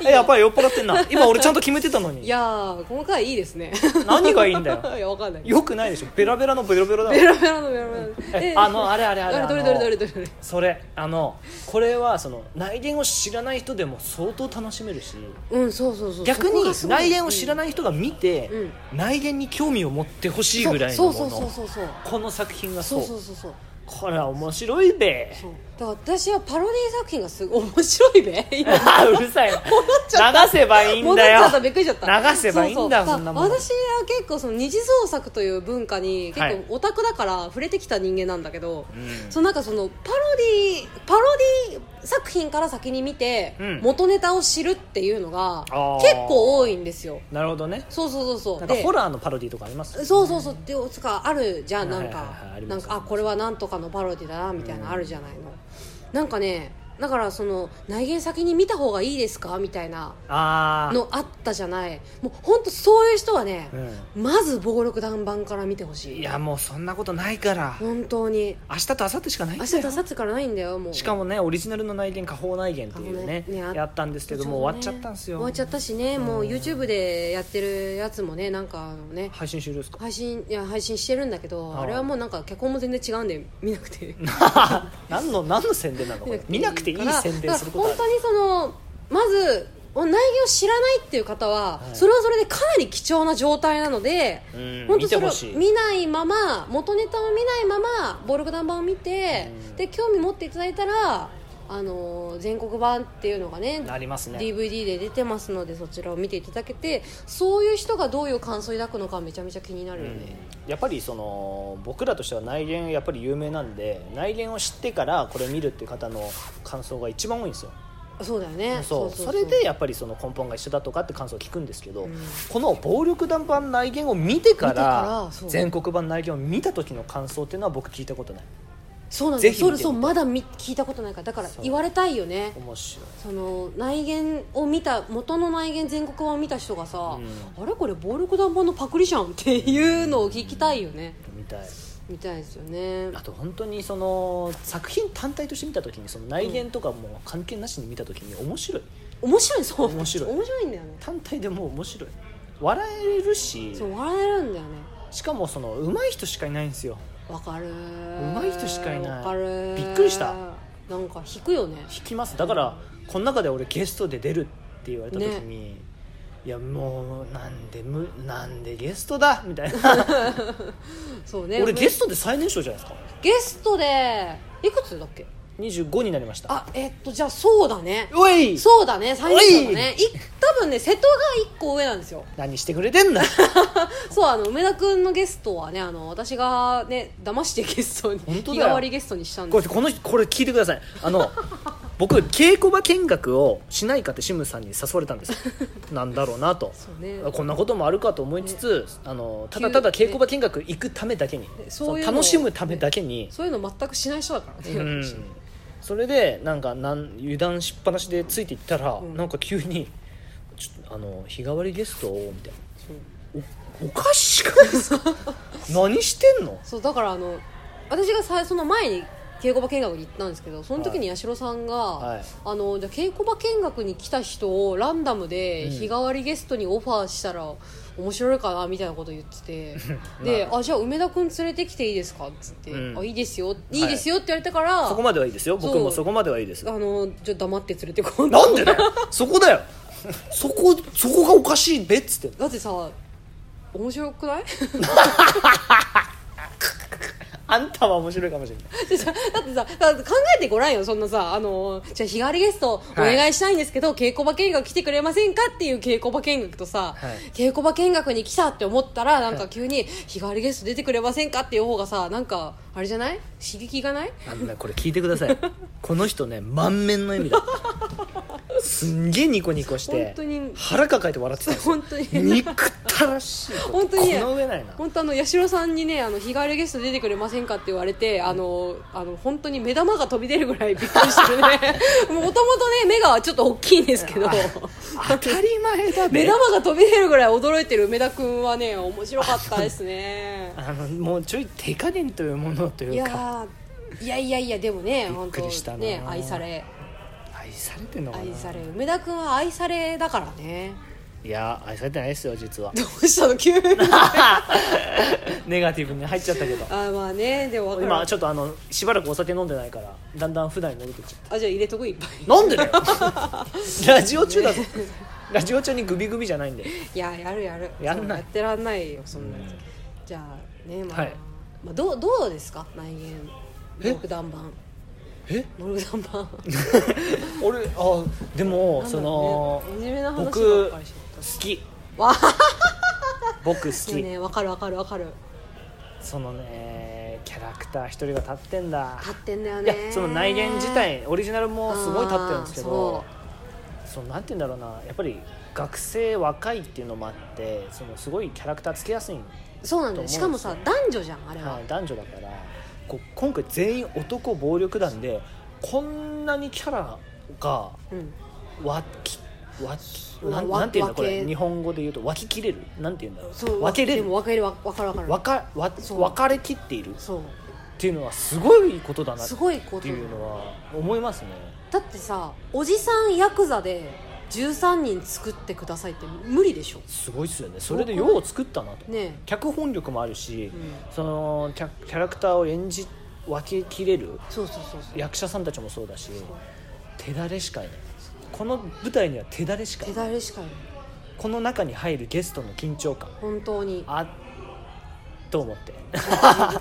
[SPEAKER 1] けやっぱり酔っ払ってんな今俺ちゃんと決めてたの
[SPEAKER 2] い
[SPEAKER 1] に
[SPEAKER 2] やーこの回いいですね
[SPEAKER 1] 何がいいんだよ
[SPEAKER 2] いやわかんない
[SPEAKER 1] よくないでしょベラベラのベロベロだ
[SPEAKER 2] ベ
[SPEAKER 1] わ
[SPEAKER 2] ラベラのベラベラの
[SPEAKER 1] えあのあれあれあれ
[SPEAKER 2] どれ
[SPEAKER 1] あ
[SPEAKER 2] ど
[SPEAKER 1] の
[SPEAKER 2] れどれどれどれ
[SPEAKER 1] それあのこれはその内言を知らない人でも相当楽しめるし
[SPEAKER 2] うんそうそうそう
[SPEAKER 1] 逆に内言を知ら
[SPEAKER 2] ない
[SPEAKER 1] ない人が見て、
[SPEAKER 2] うん
[SPEAKER 1] 内言に興味を持ってほしいぐらいの
[SPEAKER 2] そ
[SPEAKER 1] も
[SPEAKER 2] うそうそう
[SPEAKER 1] の
[SPEAKER 2] そうそう
[SPEAKER 1] この作品がそ
[SPEAKER 2] そ
[SPEAKER 1] うう
[SPEAKER 2] そうそうそう
[SPEAKER 1] これは面白い べ
[SPEAKER 2] そうだから私はパロディ作品がすごい面白いべ今
[SPEAKER 1] あうるさい な流せばいいん
[SPEAKER 2] 戻っ
[SPEAKER 1] だ
[SPEAKER 2] ち
[SPEAKER 1] よ
[SPEAKER 2] ゃったびっくりしちゃった
[SPEAKER 1] 流せばいいんだ
[SPEAKER 2] うう
[SPEAKER 1] そんなもん
[SPEAKER 2] 私は結構その二次創作という文化に
[SPEAKER 1] は
[SPEAKER 2] 結
[SPEAKER 1] い
[SPEAKER 2] 構オタクだから触れてきた人間なんだけど、
[SPEAKER 1] うん
[SPEAKER 2] そのなんかそのパロディパロディ作品から先に見て
[SPEAKER 1] うん
[SPEAKER 2] 元ネタを知るっていうのが結
[SPEAKER 1] あー
[SPEAKER 2] 構多いんですよ
[SPEAKER 1] なるほどね
[SPEAKER 2] そうそうそうそう
[SPEAKER 1] なんか
[SPEAKER 2] で
[SPEAKER 1] ホラーのパロディとかあります
[SPEAKER 2] そうそうそうっていうつかあるじゃんなん
[SPEAKER 1] はい
[SPEAKER 2] か
[SPEAKER 1] はいはいありま
[SPEAKER 2] なん
[SPEAKER 1] す
[SPEAKER 2] かあこれはなんとかのパロディだなみたいなあるじゃないの、なんかねだからその内言先に見た方がいいですかみたいな
[SPEAKER 1] ああ
[SPEAKER 2] のあったじゃないもう本当そういう人はね、
[SPEAKER 1] う
[SPEAKER 2] まず暴力団版から見てほしい
[SPEAKER 1] いやもうそんなことないから
[SPEAKER 2] 本当に
[SPEAKER 1] 明日と明後日しかないん
[SPEAKER 2] 明
[SPEAKER 1] だ
[SPEAKER 2] 日
[SPEAKER 1] よ
[SPEAKER 2] 出さってからないんだよもう
[SPEAKER 1] しかもねオリジナルの内言下方内言っていうね
[SPEAKER 2] あのねねあ
[SPEAKER 1] やったんですけどもう終わっちゃったんですよ
[SPEAKER 2] 終わっちゃったしね、もううん YouTube でやってるやつもねなんかあのね
[SPEAKER 1] 配信終了 ですか
[SPEAKER 2] 配信いや配信してるんだけど
[SPEAKER 1] あー
[SPEAKER 2] あれはもうなんか脚本も全然違うんで見なくて
[SPEAKER 1] 何の何の宣伝なのこれ見なくていい
[SPEAKER 2] から
[SPEAKER 1] 宣伝することあ
[SPEAKER 2] だ
[SPEAKER 1] る
[SPEAKER 2] から本当にそのまず内容を知らないっていう方は、
[SPEAKER 1] はい
[SPEAKER 2] それはそれでかなり貴重な状態なので、
[SPEAKER 1] うん
[SPEAKER 2] 本当
[SPEAKER 1] 見て
[SPEAKER 2] そ
[SPEAKER 1] ほ
[SPEAKER 2] れを
[SPEAKER 1] しい
[SPEAKER 2] 見ないまま元ネタを見ないまま暴力団版を見て、
[SPEAKER 1] うん
[SPEAKER 2] で興味持っていただいたらあのー全国版っていうのがね
[SPEAKER 1] なりますね
[SPEAKER 2] DVD で出てますのでそちらを見ていただけてそういう人がどういう感想を抱くのかめちゃめちゃ気になるよね、
[SPEAKER 1] やっぱりその僕らとしては内言やっぱり有名なんで内言を知ってからこれ見るっていう方の感想が一番多いんですよ
[SPEAKER 2] そうだよね
[SPEAKER 1] そう
[SPEAKER 2] う
[SPEAKER 1] それでやっぱりその根本が一緒だとかって感想を聞くんですけど、
[SPEAKER 2] うん
[SPEAKER 1] この暴力団版内言を見てから
[SPEAKER 2] 見てからそう
[SPEAKER 1] 全国版内言を見た時の感想っていうのは僕聞いたことない
[SPEAKER 2] そうなん
[SPEAKER 1] ぜ
[SPEAKER 2] で
[SPEAKER 1] ひ
[SPEAKER 2] すそ
[SPEAKER 1] 見
[SPEAKER 2] れ
[SPEAKER 1] て
[SPEAKER 2] そうまだみ聞いたことないからだから
[SPEAKER 1] そう
[SPEAKER 2] 言われたいよね
[SPEAKER 1] 面白い
[SPEAKER 2] その内言を見た元の内言全国版を見た人がさ、あれこれ暴力団版のパクリじゃんっていうのを聞きたいよね、
[SPEAKER 1] みたい
[SPEAKER 2] みたいですよね
[SPEAKER 1] あと本当にその作品単体として見た時にその内言とかも関係なしに見た時に面白い
[SPEAKER 2] 面白いそう
[SPEAKER 1] 面白い
[SPEAKER 2] 面白いんだよね
[SPEAKER 1] 単体でもう面白い笑えるし
[SPEAKER 2] そう笑えるんだよね
[SPEAKER 1] しかもその上手い人しかいないんですよ
[SPEAKER 2] わかる
[SPEAKER 1] 上手い人しかいない
[SPEAKER 2] わかる
[SPEAKER 1] びっくりした
[SPEAKER 2] なんか引くよね
[SPEAKER 1] 引きますだからこの中で俺ゲストで出るって言われた時に、いやもうなんでむなんでゲストだみたい な
[SPEAKER 2] そうね
[SPEAKER 1] 俺ゲ
[SPEAKER 2] ス
[SPEAKER 1] ストで最年少じゃないですか
[SPEAKER 2] ゲストでいくつだっけ
[SPEAKER 1] 25になりました
[SPEAKER 2] あえっとじゃあそうだね
[SPEAKER 1] おい
[SPEAKER 2] そうだね最年少だねい多分ね瀬戸が1個上なんですよ
[SPEAKER 1] 何してくれてん だ
[SPEAKER 2] そうあの梅田君のゲストはねあの私がね騙してゲストに
[SPEAKER 1] 本当
[SPEAKER 2] 日
[SPEAKER 1] だよ
[SPEAKER 2] 替わりゲストにしたん
[SPEAKER 1] こ
[SPEAKER 2] で
[SPEAKER 1] れこの人これ聞いてくださいあの僕稽古場見学をしないかってシムさんに誘われたんですよなんだろうなと
[SPEAKER 2] そうね
[SPEAKER 1] こんなこともあるかと思いつつ、あのただただ稽古場見学行くためだけに、
[SPEAKER 2] そういう
[SPEAKER 1] そ
[SPEAKER 2] の
[SPEAKER 1] の楽しむためだけに、
[SPEAKER 2] そういうの全くしない人だからね、
[SPEAKER 1] うん
[SPEAKER 2] 私
[SPEAKER 1] それでなんかなん油断しっぱなしでついていったら、
[SPEAKER 2] ん
[SPEAKER 1] なんか急に「ちょっとあの日替わりゲストを」みたい
[SPEAKER 2] そう
[SPEAKER 1] な「おおかしくないです か何してんの?
[SPEAKER 2] そうだからあの私がさその前に稽古場見学に行ったんですけどその時に八代さんが、
[SPEAKER 1] い
[SPEAKER 2] あのじゃあ稽古場見学に来た人をランダムで日替わりゲストにオファーしたら面白いかなみたいなこと言って てで、あ「じゃあ梅田君連れてきていいですか?」っつって「
[SPEAKER 1] うん
[SPEAKER 2] あいいですよいいですよ」って言われたから、」
[SPEAKER 1] そこまではいいですよ僕も
[SPEAKER 2] そう
[SPEAKER 1] そこまではいいです
[SPEAKER 2] あのじゃあ黙って連れてこう
[SPEAKER 1] なんでだよそこだよ そこそこがおかしいべっつって
[SPEAKER 2] だってさ面白くない
[SPEAKER 1] あんたは面白いかもしれない
[SPEAKER 2] だってさだってさだって考えてごらんよそんなさあのじゃあ日替わりゲストお願いしたいんですけど、稽古場見学来てくれませんかっていう稽古場見学とさ、
[SPEAKER 1] はい
[SPEAKER 2] 稽古場見学に来たって思ったらなんか急に日替わりゲスト出てくれませんかっていう方がさなんかあれじゃない刺激がない
[SPEAKER 1] あのねこれ聞いてくださいこの人ね満面の笑みだったすんげえニコニコして
[SPEAKER 2] 本当に
[SPEAKER 1] 腹抱えて笑ってたんですよ
[SPEAKER 2] 本当に
[SPEAKER 1] 憎たらしいこと
[SPEAKER 2] 本当にね
[SPEAKER 1] この上ないな
[SPEAKER 2] 本当あの八代さんにねあの日替わりゲスト出てくれませんかって言われてあのあの本当に目玉が飛び出るぐらいびっくりしてるね もともとね目がちょっと大きいんですけど
[SPEAKER 1] 当たり前だべ
[SPEAKER 2] 目玉が飛び出るぐらい驚いてる梅田君はね面白かったで すね
[SPEAKER 1] あのもうちょい手加減というものと
[SPEAKER 2] い
[SPEAKER 1] いうか
[SPEAKER 2] やーいやいやいやでもね本
[SPEAKER 1] くりした
[SPEAKER 2] 当
[SPEAKER 1] な
[SPEAKER 2] ね愛され
[SPEAKER 1] 愛されてんのかな
[SPEAKER 2] 愛され梅田君は愛されだからね
[SPEAKER 1] いや愛されてないですよ実 は
[SPEAKER 2] どうしたの急に
[SPEAKER 1] ネガティブに入っちゃったけど
[SPEAKER 2] あまあねでも分か
[SPEAKER 1] 今
[SPEAKER 2] る
[SPEAKER 1] ちょっとあのしばらくお酒飲んでないからだんだん普段に戻ってきちゃっ
[SPEAKER 2] あじゃあ入れとくいっぱい
[SPEAKER 1] たなんで だよラジオ中だぞラジオ中にグビグビじゃないんで
[SPEAKER 2] いややるやる
[SPEAKER 1] やんない
[SPEAKER 2] そうってらんないよそんなや
[SPEAKER 1] う
[SPEAKER 2] つ、
[SPEAKER 1] ん
[SPEAKER 2] じゃあねまあ、
[SPEAKER 1] はい
[SPEAKER 2] まあ、どうどうですか内言
[SPEAKER 1] え
[SPEAKER 2] ノルクダン版
[SPEAKER 1] え
[SPEAKER 2] ノルクダン版
[SPEAKER 1] 俺あでも その
[SPEAKER 2] 真面目な話ばっ
[SPEAKER 1] 僕好
[SPEAKER 2] かりしちゃっ
[SPEAKER 1] き
[SPEAKER 2] わ
[SPEAKER 1] 僕好
[SPEAKER 2] たそう
[SPEAKER 1] き、
[SPEAKER 2] ねわかるわかるわかる
[SPEAKER 1] そのねキャラクター一人が立ってんだ
[SPEAKER 2] 立ってんだよ
[SPEAKER 1] い
[SPEAKER 2] ね
[SPEAKER 1] やその内言自体オリジナルもすごい立ってるんですけどそのなんて言うんだろうなやっぱり学生若いっていうのもあってそのすごいキャラクターつけやすい、
[SPEAKER 2] そうなんだよしかも
[SPEAKER 1] と
[SPEAKER 2] さ
[SPEAKER 1] 思
[SPEAKER 2] 男女じゃんあれは、
[SPEAKER 1] はい男女だからこう今回全員男暴力団でこんなにキャラが
[SPEAKER 2] うん
[SPEAKER 1] わきわきなん
[SPEAKER 2] わ
[SPEAKER 1] なんていうんだこ
[SPEAKER 2] 分
[SPEAKER 1] れ
[SPEAKER 2] け
[SPEAKER 1] 日本語で言うと分け切れるなんていうんだろう
[SPEAKER 2] そう
[SPEAKER 1] 分けれ
[SPEAKER 2] で
[SPEAKER 1] る
[SPEAKER 2] も分けれるわ分かる分かる
[SPEAKER 1] 分かわ
[SPEAKER 2] そう
[SPEAKER 1] 分かれきっているっ
[SPEAKER 2] そう
[SPEAKER 1] ていうのはすごいことだなっ
[SPEAKER 2] すごいこと
[SPEAKER 1] ていうのは思いますね
[SPEAKER 2] だってさおじさんヤクザで13人作ってくださいって無理でしょ
[SPEAKER 1] すごいっすよねそれでよう作ったなと、
[SPEAKER 2] ね
[SPEAKER 1] 脚本力もあるし、
[SPEAKER 2] え、うん、
[SPEAKER 1] そのキャキャラクターを演じ分けきれる
[SPEAKER 2] そうそうそうそう
[SPEAKER 1] 役者さんたちもそうだし手だれしかいないこの舞台には手だれしか
[SPEAKER 2] 手
[SPEAKER 1] いない
[SPEAKER 2] だれしかいない
[SPEAKER 1] この中に入るゲストの緊張感
[SPEAKER 2] 本当に
[SPEAKER 1] あと思って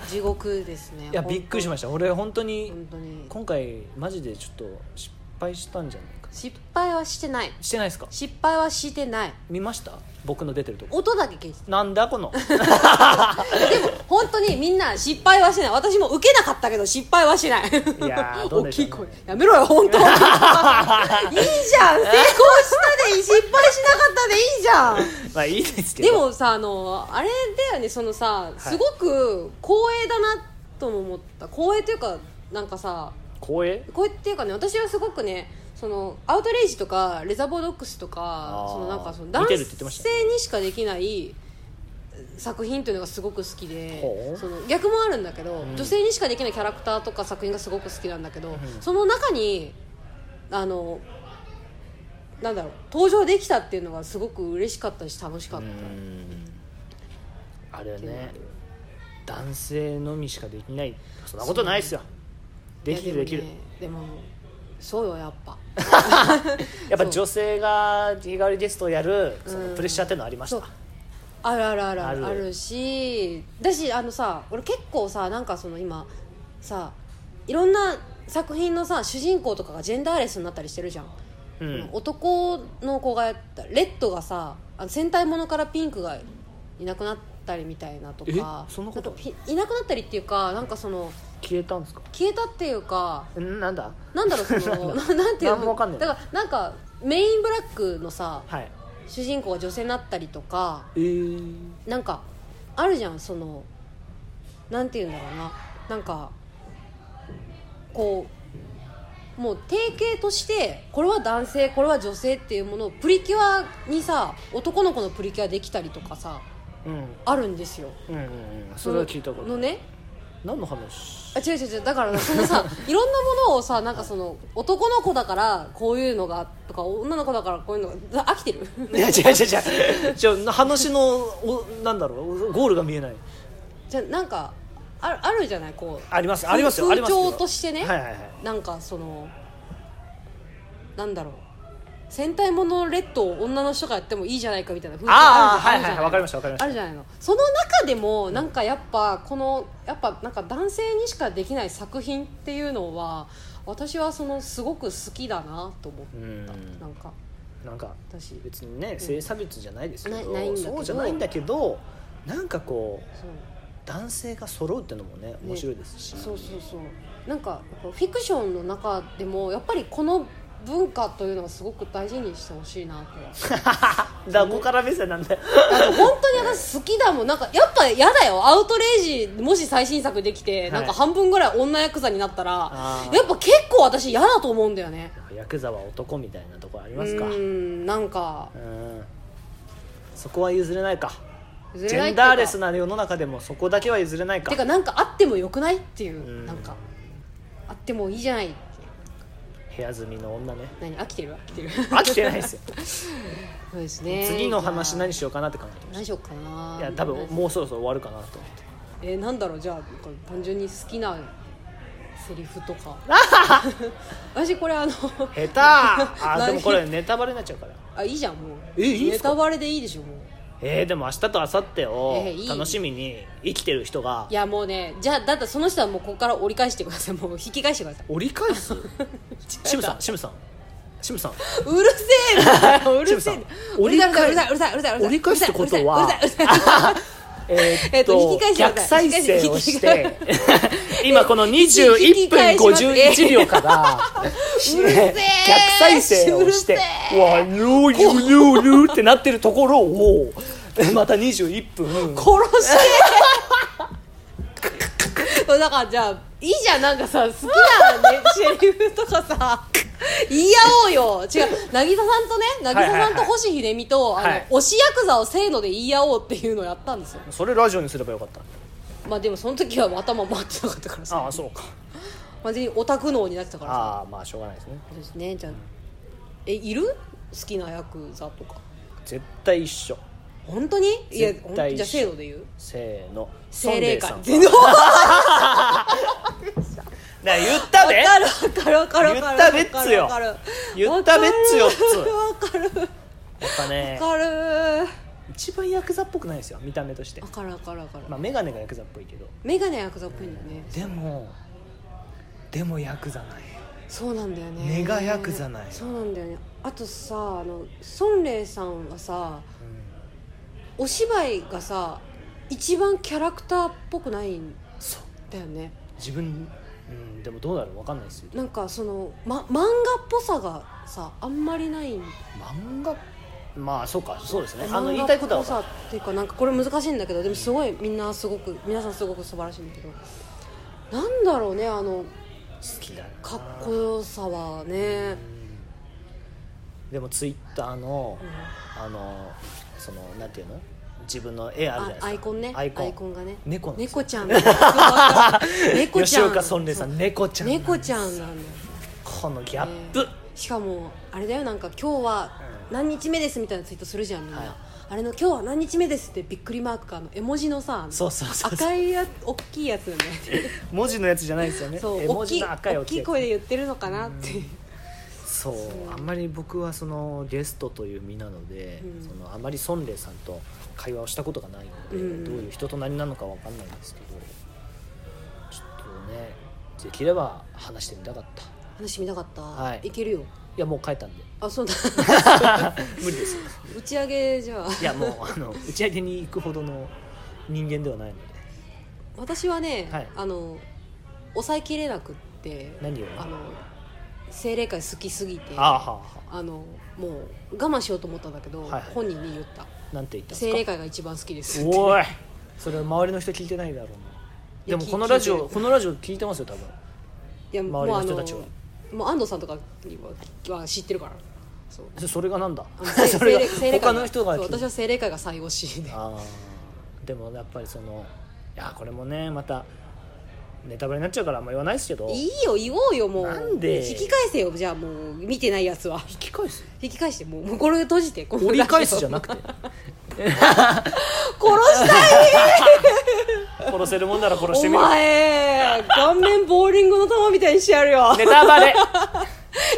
[SPEAKER 2] 地獄ですね
[SPEAKER 1] いやびっくりしま
[SPEAKER 2] し
[SPEAKER 1] した俺本当に
[SPEAKER 2] 本当に
[SPEAKER 1] 今回マジでちょっと失敗したんじゃないか
[SPEAKER 2] 失敗はしてない
[SPEAKER 1] してないですか
[SPEAKER 2] 失敗はしてない
[SPEAKER 1] 見ました僕の出てると こ
[SPEAKER 2] 音だけ聞いて
[SPEAKER 1] なんだこ の
[SPEAKER 2] たでも本当にみんな失敗はしてない私も受けなかったけど失敗はしない
[SPEAKER 1] いや ーどう
[SPEAKER 2] 大
[SPEAKER 1] で
[SPEAKER 2] き
[SPEAKER 1] し
[SPEAKER 2] い
[SPEAKER 1] ょう
[SPEAKER 2] 声
[SPEAKER 1] ね
[SPEAKER 2] やめろよ本 当いいじゃん成功したでいい失敗しなかったでいいじゃん
[SPEAKER 1] まあいいですけど
[SPEAKER 2] でもさあのあれだよねそのさすごく光栄だなとも思った光栄というかなんかさ
[SPEAKER 1] 光栄
[SPEAKER 2] こうっていうかね私はすごくねそのアウトレイジとかレザーボードックスとか
[SPEAKER 1] あー
[SPEAKER 2] そのなんかその
[SPEAKER 1] 見
[SPEAKER 2] 男
[SPEAKER 1] てる
[SPEAKER 2] 性
[SPEAKER 1] って言ってましたね
[SPEAKER 2] にしかできない作品というのがすごく好きで
[SPEAKER 1] ほう
[SPEAKER 2] その逆もあるんだけど、
[SPEAKER 1] ん
[SPEAKER 2] 女性にしかできないキャラクターとか作品がすごく好きなんだけど、その中にあのなんだろう登場できたっていうのがすごく嬉しかったし楽しかった、
[SPEAKER 1] あれね男性のみしかできないそんなことないですよできるできる
[SPEAKER 2] いやでも,、ね、でもそうよやっぱ
[SPEAKER 1] やっぱ女性が日替わりゲストをやるその
[SPEAKER 2] うん
[SPEAKER 1] プレッシャーっていうのはありまし
[SPEAKER 2] そう
[SPEAKER 1] た
[SPEAKER 2] あるあるある
[SPEAKER 1] ある
[SPEAKER 2] あるしだしあのさ俺結構さなんかその今さいろんな作品のさ主人公とかがジェンダーレスになったりしてるじゃん、
[SPEAKER 1] うん
[SPEAKER 2] 男の子がやったレッドがさあの戦隊ものからピンクがいなくなったりみたいなとか
[SPEAKER 1] えそんなこと
[SPEAKER 2] んかピいなくなったりっていうかなんかその
[SPEAKER 1] 消えたんですか
[SPEAKER 2] 消えたっていうか
[SPEAKER 1] んなんだ
[SPEAKER 2] なんだろうそのな なんていうの
[SPEAKER 1] なんもわかんない
[SPEAKER 2] だからなんかメインブラックのさ
[SPEAKER 1] はい
[SPEAKER 2] 主人公が女性になったりとか
[SPEAKER 1] えー、
[SPEAKER 2] なんかあるじゃんそのなんていうんだろうななんかこうもう定型としてこれは男性これは女性っていうものをプリキュアにさ男の子のプリキュアできたりとかさ
[SPEAKER 1] うん
[SPEAKER 2] あるんですよ
[SPEAKER 1] うんうんうんそれは聞いたこと
[SPEAKER 2] のね
[SPEAKER 1] 何の話
[SPEAKER 2] あ違う違う違うだからそ のさいろんなものをさなんかその男の子だからこういうのがとか女の子だからこういうのが飽きてる
[SPEAKER 1] いや違う違う違う違う話のおなんだろうゴールが見えない
[SPEAKER 2] じゃあなんかああるじゃないこう
[SPEAKER 1] ありますありますよあ
[SPEAKER 2] 風
[SPEAKER 1] りますよ
[SPEAKER 2] 潮としてね
[SPEAKER 1] はいはいはい
[SPEAKER 2] なんかそのなんだろう戦隊ものレッドを女の人がやってもいいじゃないかみたいな風
[SPEAKER 1] あー
[SPEAKER 2] ある
[SPEAKER 1] はい
[SPEAKER 2] じゃん
[SPEAKER 1] はいはいわかりましたわかりました
[SPEAKER 2] あるじゃないのその中でもなんかやっぱこのやっぱなんか男性にしかできない作品っていうのは私はそのすごく好きだなと思っ
[SPEAKER 1] うん
[SPEAKER 2] たなんか
[SPEAKER 1] なんか
[SPEAKER 2] 私
[SPEAKER 1] 別にね性差別じゃないですけど、
[SPEAKER 2] ないないんだけど
[SPEAKER 1] そうじゃないんだけどなんかこう
[SPEAKER 2] そう
[SPEAKER 1] 男性が揃うってのもね面白いですし、
[SPEAKER 2] そうそうそうなんかやっぱフィクションの中でもやっぱりこの文化というのはすごく大事にしてほしいなとは
[SPEAKER 1] だこから目線なんだよ
[SPEAKER 2] あと本当に私好きだもんなんかやっぱやだよアウトレイジもし最新作できて、
[SPEAKER 1] い
[SPEAKER 2] なんか半分ぐらい女ヤクザになったら
[SPEAKER 1] あー
[SPEAKER 2] やっぱ結構私嫌だと思うんだよね
[SPEAKER 1] ヤクザは男みたいなところありますか
[SPEAKER 2] うーんなんか
[SPEAKER 1] うんそこは譲れないか
[SPEAKER 2] ジ
[SPEAKER 1] ジェンダーレスな世の中でもそこだけは譲れないか
[SPEAKER 2] てかなんかあってもよくないっていう
[SPEAKER 1] うん
[SPEAKER 2] なんかあってもいいじゃない
[SPEAKER 1] 部屋住みの女ね
[SPEAKER 2] 何飽きてる飽きてる
[SPEAKER 1] 飽きてない ですよ
[SPEAKER 2] そうですね
[SPEAKER 1] 次の話
[SPEAKER 2] じゃあ
[SPEAKER 1] 何しようかなって考えてま
[SPEAKER 2] 何しようかな
[SPEAKER 1] すいや多分もうそろそろ終わるかなと思って
[SPEAKER 2] えー、なんだろうじゃあなんか単純に好きなセリフとか 私これあの
[SPEAKER 1] 下手 あ
[SPEAKER 2] 何
[SPEAKER 1] でもこれネタバレになっちゃうから
[SPEAKER 2] あいいじゃんもう
[SPEAKER 1] えいいん
[SPEAKER 2] ネ
[SPEAKER 1] すか
[SPEAKER 2] タバレでいいでしょもう
[SPEAKER 1] えー、でも明日と明後日を
[SPEAKER 2] えーいい
[SPEAKER 1] 楽しみに生きてる人が
[SPEAKER 2] いやもうねじゃあだってその人はもうここから折り返してください もう引き返してください
[SPEAKER 1] 折り返 すシムさんシムさんシムさん
[SPEAKER 2] うるせ えなう
[SPEAKER 1] シ
[SPEAKER 2] る
[SPEAKER 1] ム
[SPEAKER 2] せ
[SPEAKER 1] さ
[SPEAKER 2] え
[SPEAKER 1] ん
[SPEAKER 2] なうるさいうるさいうるさいうるさいうるさいう
[SPEAKER 1] 折り返すってことは
[SPEAKER 2] うるさいうるさいうるさい
[SPEAKER 1] え
[SPEAKER 2] え
[SPEAKER 1] ー
[SPEAKER 2] っ
[SPEAKER 1] っ
[SPEAKER 2] と
[SPEAKER 1] と
[SPEAKER 2] 引き返してく
[SPEAKER 1] 逆
[SPEAKER 2] ださい
[SPEAKER 1] 再生をし
[SPEAKER 2] 引
[SPEAKER 1] て今この21分51秒から
[SPEAKER 2] うるせえ
[SPEAKER 1] 逆再生をして
[SPEAKER 2] う
[SPEAKER 1] 「
[SPEAKER 2] る
[SPEAKER 1] わニューニューニューニュー」ってなってるところをまた21分
[SPEAKER 2] 殺して だからじゃあいいじゃんなんかさ好きな、ね、セリフとかさ言い合おうよ違う渚さんとね渚さんと星秀美と、
[SPEAKER 1] はいはいはい
[SPEAKER 2] あの推しヤクザをせーので言い合おうっていうのをやったんですよ
[SPEAKER 1] それラジオにすればよかった
[SPEAKER 2] まあでもその時は頭回ってなかったからさ
[SPEAKER 1] ああそうか
[SPEAKER 2] 完全にオタク脳になってたからさ
[SPEAKER 1] ああまあしょうがないですね
[SPEAKER 2] そうですねじゃあえいる好きなヤクザとか
[SPEAKER 1] 絶対一緒
[SPEAKER 2] 本当にいや
[SPEAKER 1] 絶
[SPEAKER 2] 本当
[SPEAKER 1] 対
[SPEAKER 2] にじゃあせーので言う
[SPEAKER 1] せーの
[SPEAKER 2] 精霊
[SPEAKER 1] ソ
[SPEAKER 2] 感
[SPEAKER 1] ンデーさん
[SPEAKER 2] 全然わ
[SPEAKER 1] だから言ったで
[SPEAKER 2] かるわかるわかるわかる
[SPEAKER 1] 言ったべっつよ
[SPEAKER 2] わかるわかる
[SPEAKER 1] 言ったべっつよっつう
[SPEAKER 2] わかるわ
[SPEAKER 1] やっぱね
[SPEAKER 2] かるわ
[SPEAKER 1] 一番ヤクザっぽくないですよ見た目として
[SPEAKER 2] かるわかるわかる
[SPEAKER 1] まあ眼鏡がヤクザっぽいけど
[SPEAKER 2] メガネヤクザっぽいんだよね
[SPEAKER 1] でもでもヤクザない
[SPEAKER 2] そうなんだよね
[SPEAKER 1] メガヤクザなんよ
[SPEAKER 2] そうなんだよねあとさあの孫麗さんはさお芝居がさ一番キャラクターっぽくないん
[SPEAKER 1] そう
[SPEAKER 2] だよね
[SPEAKER 1] 自分うんでもどうなるか分かんないですよ
[SPEAKER 2] なんかその、ま、漫画っぽさがさあんまりないん
[SPEAKER 1] 漫画まあそうかそうですねあ
[SPEAKER 2] 漫
[SPEAKER 1] の
[SPEAKER 2] 画
[SPEAKER 1] 言いたいことは
[SPEAKER 2] っ
[SPEAKER 1] 分か
[SPEAKER 2] ぽさっていうかなんかこれ難しいんだけどでもすごいみんなすごく皆さんすごく素晴らしいんだけどなんだろうねあの
[SPEAKER 1] る好きだな
[SPEAKER 2] かっこよさはね
[SPEAKER 1] でもツイッターの
[SPEAKER 2] うん
[SPEAKER 1] あのそのなんていうの自分の絵あるじゃない
[SPEAKER 2] あ
[SPEAKER 1] ですか
[SPEAKER 2] アイコンね
[SPEAKER 1] アイコン
[SPEAKER 2] がね
[SPEAKER 1] 猫なんです
[SPEAKER 2] 猫ちゃん猫 ち
[SPEAKER 1] 吉
[SPEAKER 2] ゃん
[SPEAKER 1] 岡孫麗さん猫ちゃんなんです
[SPEAKER 2] 猫ちゃんなんだよ
[SPEAKER 1] このギャップ、
[SPEAKER 2] しかもあれだよなんか今日は何日目ですみたいなツイートするじゃんみんな、
[SPEAKER 1] はい
[SPEAKER 2] あれの今日は何日目ですってびっくりマークかあの絵文字のさあの
[SPEAKER 1] そうそうそうそう
[SPEAKER 2] 赤いや大きいやつよね
[SPEAKER 1] 文字のやつじゃないですよね
[SPEAKER 2] そう
[SPEAKER 1] 絵
[SPEAKER 2] 大
[SPEAKER 1] 文
[SPEAKER 2] き
[SPEAKER 1] 字
[SPEAKER 2] い
[SPEAKER 1] の赤い
[SPEAKER 2] 大
[SPEAKER 1] 大きい
[SPEAKER 2] きい
[SPEAKER 1] やつ
[SPEAKER 2] 声で言ってるのかなっていう
[SPEAKER 1] そうあんまり僕はそのゲストという身なので、
[SPEAKER 2] うん
[SPEAKER 1] そのあまり孫麗さんと会話をしたことがないので、
[SPEAKER 2] うん
[SPEAKER 1] どういう人となりなのかわかんないんですけどちょっとねできれば話してみたかったい
[SPEAKER 2] 話見たかった、
[SPEAKER 1] はい
[SPEAKER 2] けるよ
[SPEAKER 1] やもう帰ったんで
[SPEAKER 2] あそ うだ
[SPEAKER 1] 無理です
[SPEAKER 2] 打ち上げじゃあ
[SPEAKER 1] いやもうあの打ち上げに行くほどの人間ではないので
[SPEAKER 2] 私はね、
[SPEAKER 1] はい
[SPEAKER 2] あの抑えきれなくって
[SPEAKER 1] 何を
[SPEAKER 2] あの精霊界好きすぎて
[SPEAKER 1] ああはあは
[SPEAKER 2] あのもう我慢しようと思ったんだけど、
[SPEAKER 1] はい
[SPEAKER 2] 本人に言った
[SPEAKER 1] あなんて言っ
[SPEAKER 2] 「
[SPEAKER 1] た
[SPEAKER 2] 精
[SPEAKER 1] ん
[SPEAKER 2] 霊
[SPEAKER 1] ですか
[SPEAKER 2] 界が一番好きです」って
[SPEAKER 1] おいそれは周りの人聞いてないだろう
[SPEAKER 2] いや
[SPEAKER 1] なで
[SPEAKER 2] 聞
[SPEAKER 1] もこの
[SPEAKER 2] い
[SPEAKER 1] ラジ
[SPEAKER 2] 聞い
[SPEAKER 1] オ
[SPEAKER 2] てる
[SPEAKER 1] このラジオ聞いてますよ多分
[SPEAKER 2] いやもう
[SPEAKER 1] 周り
[SPEAKER 2] あ
[SPEAKER 1] の人
[SPEAKER 2] の
[SPEAKER 1] たちは
[SPEAKER 2] もう安藤さんとかにはは知ってるからそう
[SPEAKER 1] そそれがなんだ
[SPEAKER 2] あの
[SPEAKER 1] それが
[SPEAKER 2] 精霊
[SPEAKER 1] 他の人が
[SPEAKER 2] そう
[SPEAKER 1] 聞いて
[SPEAKER 2] 私は精霊界が最推しで
[SPEAKER 1] あーでもやっぱりそのいやこれもねまたネタバレになっちゃうからあんま言わないですけど
[SPEAKER 2] い
[SPEAKER 1] 引
[SPEAKER 2] いよ言おうよもう
[SPEAKER 1] なんで
[SPEAKER 2] 引き返せよじゃあもう見てないやつは
[SPEAKER 1] き返す
[SPEAKER 2] 引き返してもうもうこれ閉じてこの
[SPEAKER 1] 折 り返すじゃな
[SPEAKER 2] く
[SPEAKER 1] くて
[SPEAKER 2] 殺した い
[SPEAKER 1] 殺せるもんなら殺して
[SPEAKER 2] お
[SPEAKER 1] みる
[SPEAKER 2] 前顔面ボーリングの球みたいにしてや るよ
[SPEAKER 1] ネタバレ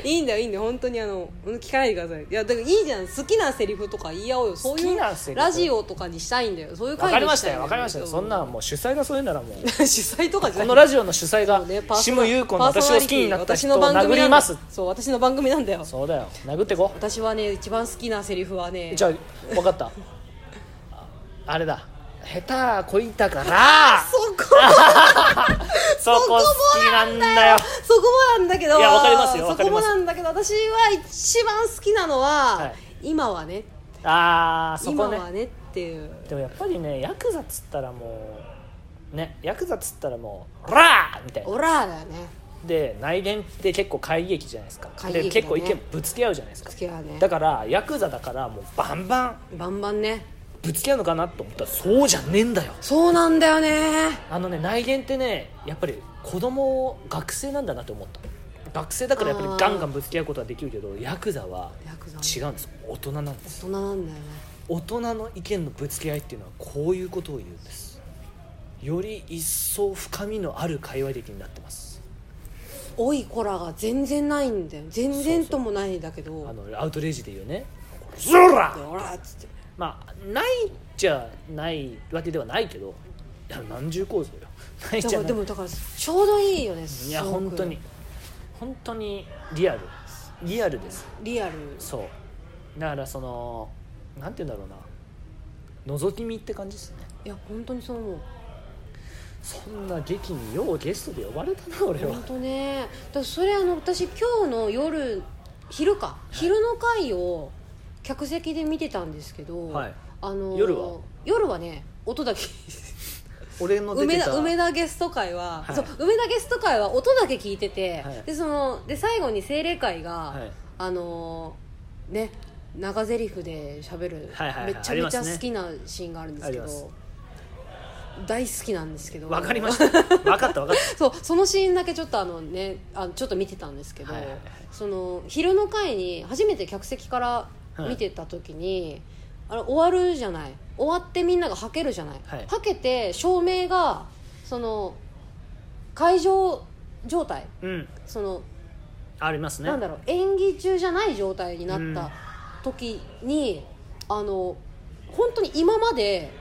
[SPEAKER 2] いいんだよいいんだよ本当にあの聞かないでくださいいやだからいいじゃん好きなセリフとか言い合おうよそうい
[SPEAKER 1] 好
[SPEAKER 2] う
[SPEAKER 1] きなセリフ
[SPEAKER 2] ラジオとかにしたいんだよそういう
[SPEAKER 1] わ
[SPEAKER 2] 会
[SPEAKER 1] かり
[SPEAKER 2] に
[SPEAKER 1] まし
[SPEAKER 2] い
[SPEAKER 1] たよわかりましたよそんなもう主催がそういうならもう
[SPEAKER 2] 主催とかじゃな
[SPEAKER 1] こ
[SPEAKER 2] い
[SPEAKER 1] のラジオの主催が
[SPEAKER 2] ねパーソナ
[SPEAKER 1] シム優子の私を好きになった人を殴ります
[SPEAKER 2] そう私の番組なんだよ
[SPEAKER 1] そうだよ殴ってこ
[SPEAKER 2] 私はね一番好きなセリフはね
[SPEAKER 1] じゃあ分かったああれだ下手こいたから
[SPEAKER 2] そこ
[SPEAKER 1] そこ好きなんだよ
[SPEAKER 2] そこもなんだけど
[SPEAKER 1] いやわかりますよ
[SPEAKER 2] そ
[SPEAKER 1] わかり
[SPEAKER 2] こも
[SPEAKER 1] ます
[SPEAKER 2] なんだけど私は一番好きなのは、
[SPEAKER 1] はい
[SPEAKER 2] 今はね
[SPEAKER 1] ああそ
[SPEAKER 2] 今
[SPEAKER 1] こね
[SPEAKER 2] はねっていう
[SPEAKER 1] でもやっぱりねヤクザっつったらもうねヤクザっつったらもう「オラー!」みたいな
[SPEAKER 2] オラーだよね
[SPEAKER 1] で内言って結構会議劇じゃないですか、
[SPEAKER 2] 会議
[SPEAKER 1] で
[SPEAKER 2] 劇
[SPEAKER 1] 結構
[SPEAKER 2] だ
[SPEAKER 1] 意
[SPEAKER 2] ね
[SPEAKER 1] 見ぶつけ合うじゃないですか
[SPEAKER 2] つけはね
[SPEAKER 1] だからヤクザだからもうバンバン
[SPEAKER 2] バンバンね
[SPEAKER 1] ぶつけ合うのかなと思ったらそうじゃねえんだよ
[SPEAKER 2] そうなんだよね
[SPEAKER 1] あのね内言ってねやっぱり子供を学生なんだなと思った学生だからやっぱりガンガンぶつけ合うことはできるけどヤクザは
[SPEAKER 2] ヤクザ
[SPEAKER 1] 違うんです大人なんで
[SPEAKER 2] 大
[SPEAKER 1] す
[SPEAKER 2] 人なんだよね
[SPEAKER 1] 大人の意見のぶつけ合いっていうのはこういうことを言うんですより一層深みのある会話劇になってます
[SPEAKER 2] おいこらが全然ないんだよ全然ともないんだけど
[SPEAKER 1] あのアウトレイジで言うね「そら!
[SPEAKER 2] でオラーっつって」
[SPEAKER 1] まあないじゃないわけではないけどいや何重構造よない
[SPEAKER 2] だ
[SPEAKER 1] じ
[SPEAKER 2] か
[SPEAKER 1] ゃな
[SPEAKER 2] ら
[SPEAKER 1] い
[SPEAKER 2] でもだからちょうどいいよね
[SPEAKER 1] いや
[SPEAKER 2] すごく
[SPEAKER 1] 本当に本当にリアルリアルです
[SPEAKER 2] リアル
[SPEAKER 1] そうだからそのなんて言うんだろうな覗き見って感じですね
[SPEAKER 2] いや本当にそう思う
[SPEAKER 1] そんな劇にようゲストで呼ばれたな俺は
[SPEAKER 2] 本当ねだからそれあの私今日の夜昼か昼の回を客席で見てたんですけど、
[SPEAKER 1] はい
[SPEAKER 2] あの
[SPEAKER 1] 夜は
[SPEAKER 2] 夜はね音だけ
[SPEAKER 1] 俺の出
[SPEAKER 2] 梅
[SPEAKER 1] て
[SPEAKER 2] 田
[SPEAKER 1] た
[SPEAKER 2] 梅田ゲスト会は、
[SPEAKER 1] はい
[SPEAKER 2] そう梅田ゲスト会は音だけ聞いてて、
[SPEAKER 1] はい
[SPEAKER 2] でそので最後に精霊会が、
[SPEAKER 1] はい
[SPEAKER 2] あのね長台詞で喋る、
[SPEAKER 1] はいはいはい
[SPEAKER 2] めちゃめち
[SPEAKER 1] あ
[SPEAKER 2] ゃ
[SPEAKER 1] りますね
[SPEAKER 2] 好きなシーンがあるんですけど、
[SPEAKER 1] あります
[SPEAKER 2] 大好きなんですけど
[SPEAKER 1] わかりました わかったわかっ
[SPEAKER 2] そうそのシーンだけちょっとあのねあのちょっと見てたんですけど、
[SPEAKER 1] はいはいはい
[SPEAKER 2] その昼の会に初めて客席から見てた時に、あれ終わるじゃない終わってみんながはけるじゃない、
[SPEAKER 1] はい
[SPEAKER 2] はけて照明がその会場状態
[SPEAKER 1] たうん
[SPEAKER 2] その、
[SPEAKER 1] ありますね
[SPEAKER 2] なんだろう演技中じゃない状態になっ
[SPEAKER 1] うん
[SPEAKER 2] た時に、あの本当に今まで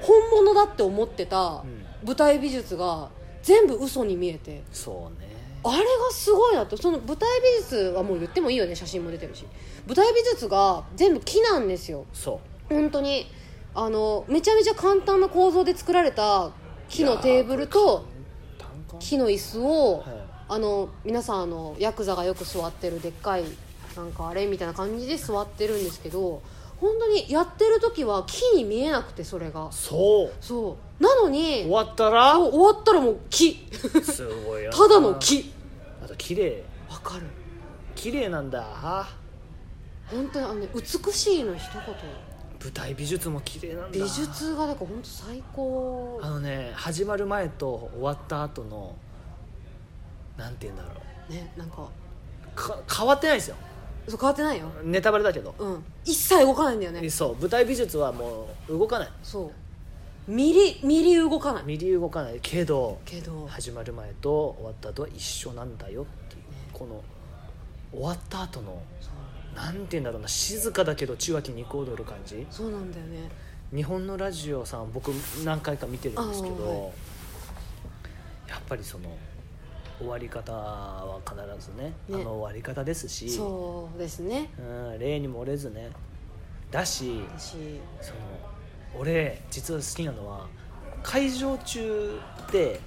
[SPEAKER 2] 本物だって思ってた
[SPEAKER 1] うん
[SPEAKER 2] 舞台美術が全部嘘に見えて。
[SPEAKER 1] そうね
[SPEAKER 2] あれがすごいなとその舞台美術はもう言ってもいいよね写真も出てるし舞台美術が全部木なんですよ
[SPEAKER 1] そ
[SPEAKER 2] 本当にあのめちゃめちゃ簡単な構造で作られた
[SPEAKER 1] う
[SPEAKER 2] 木のテーブルと
[SPEAKER 1] いやーこれ簡単か
[SPEAKER 2] 木の椅子を、
[SPEAKER 1] はい
[SPEAKER 2] あの皆さんあのヤクザがよく座ってるでっかいなんかあれみたいな感じで座ってるんですけど本当にやってる時は木に見えなくてそれが
[SPEAKER 1] そう
[SPEAKER 2] そうなの
[SPEAKER 1] 終
[SPEAKER 2] に
[SPEAKER 1] わったら
[SPEAKER 2] そう終わったらもう木
[SPEAKER 1] すごいよな
[SPEAKER 2] ただの木
[SPEAKER 1] あと綺麗
[SPEAKER 2] わかる
[SPEAKER 1] 綺麗なんだ
[SPEAKER 2] 本当にあの、ね、美しいの一言
[SPEAKER 1] 舞台美術も綺麗なんだ
[SPEAKER 2] 美術がだから本当最高
[SPEAKER 1] あのね始まる前と終わった後のなんて言うんだろ
[SPEAKER 2] ねなんか
[SPEAKER 1] うか変わってないですよ
[SPEAKER 2] そう変わってないよ
[SPEAKER 1] ネタバレだけど、
[SPEAKER 2] うん一切動かないんだよね
[SPEAKER 1] そう舞台美術はもう動かない
[SPEAKER 2] そうミリミリ動かない
[SPEAKER 1] ミリ動かないけど
[SPEAKER 2] けど
[SPEAKER 1] 始まる前と終わった後は一緒なんだよっていうこの終わった後の
[SPEAKER 2] そう
[SPEAKER 1] なんて言うんだろうな静かだけど千秋にこ踊る感じ
[SPEAKER 2] そうなんだよね
[SPEAKER 1] 日本のラジオさん僕何回か見てるんですけど、
[SPEAKER 2] あーは
[SPEAKER 1] やっぱりその終わり方は必ずねあ
[SPEAKER 2] ね
[SPEAKER 1] の終わり方ですし
[SPEAKER 2] そうですね
[SPEAKER 1] うん、例に漏れずねだし
[SPEAKER 2] 私
[SPEAKER 1] その俺実は好きなのは会場中って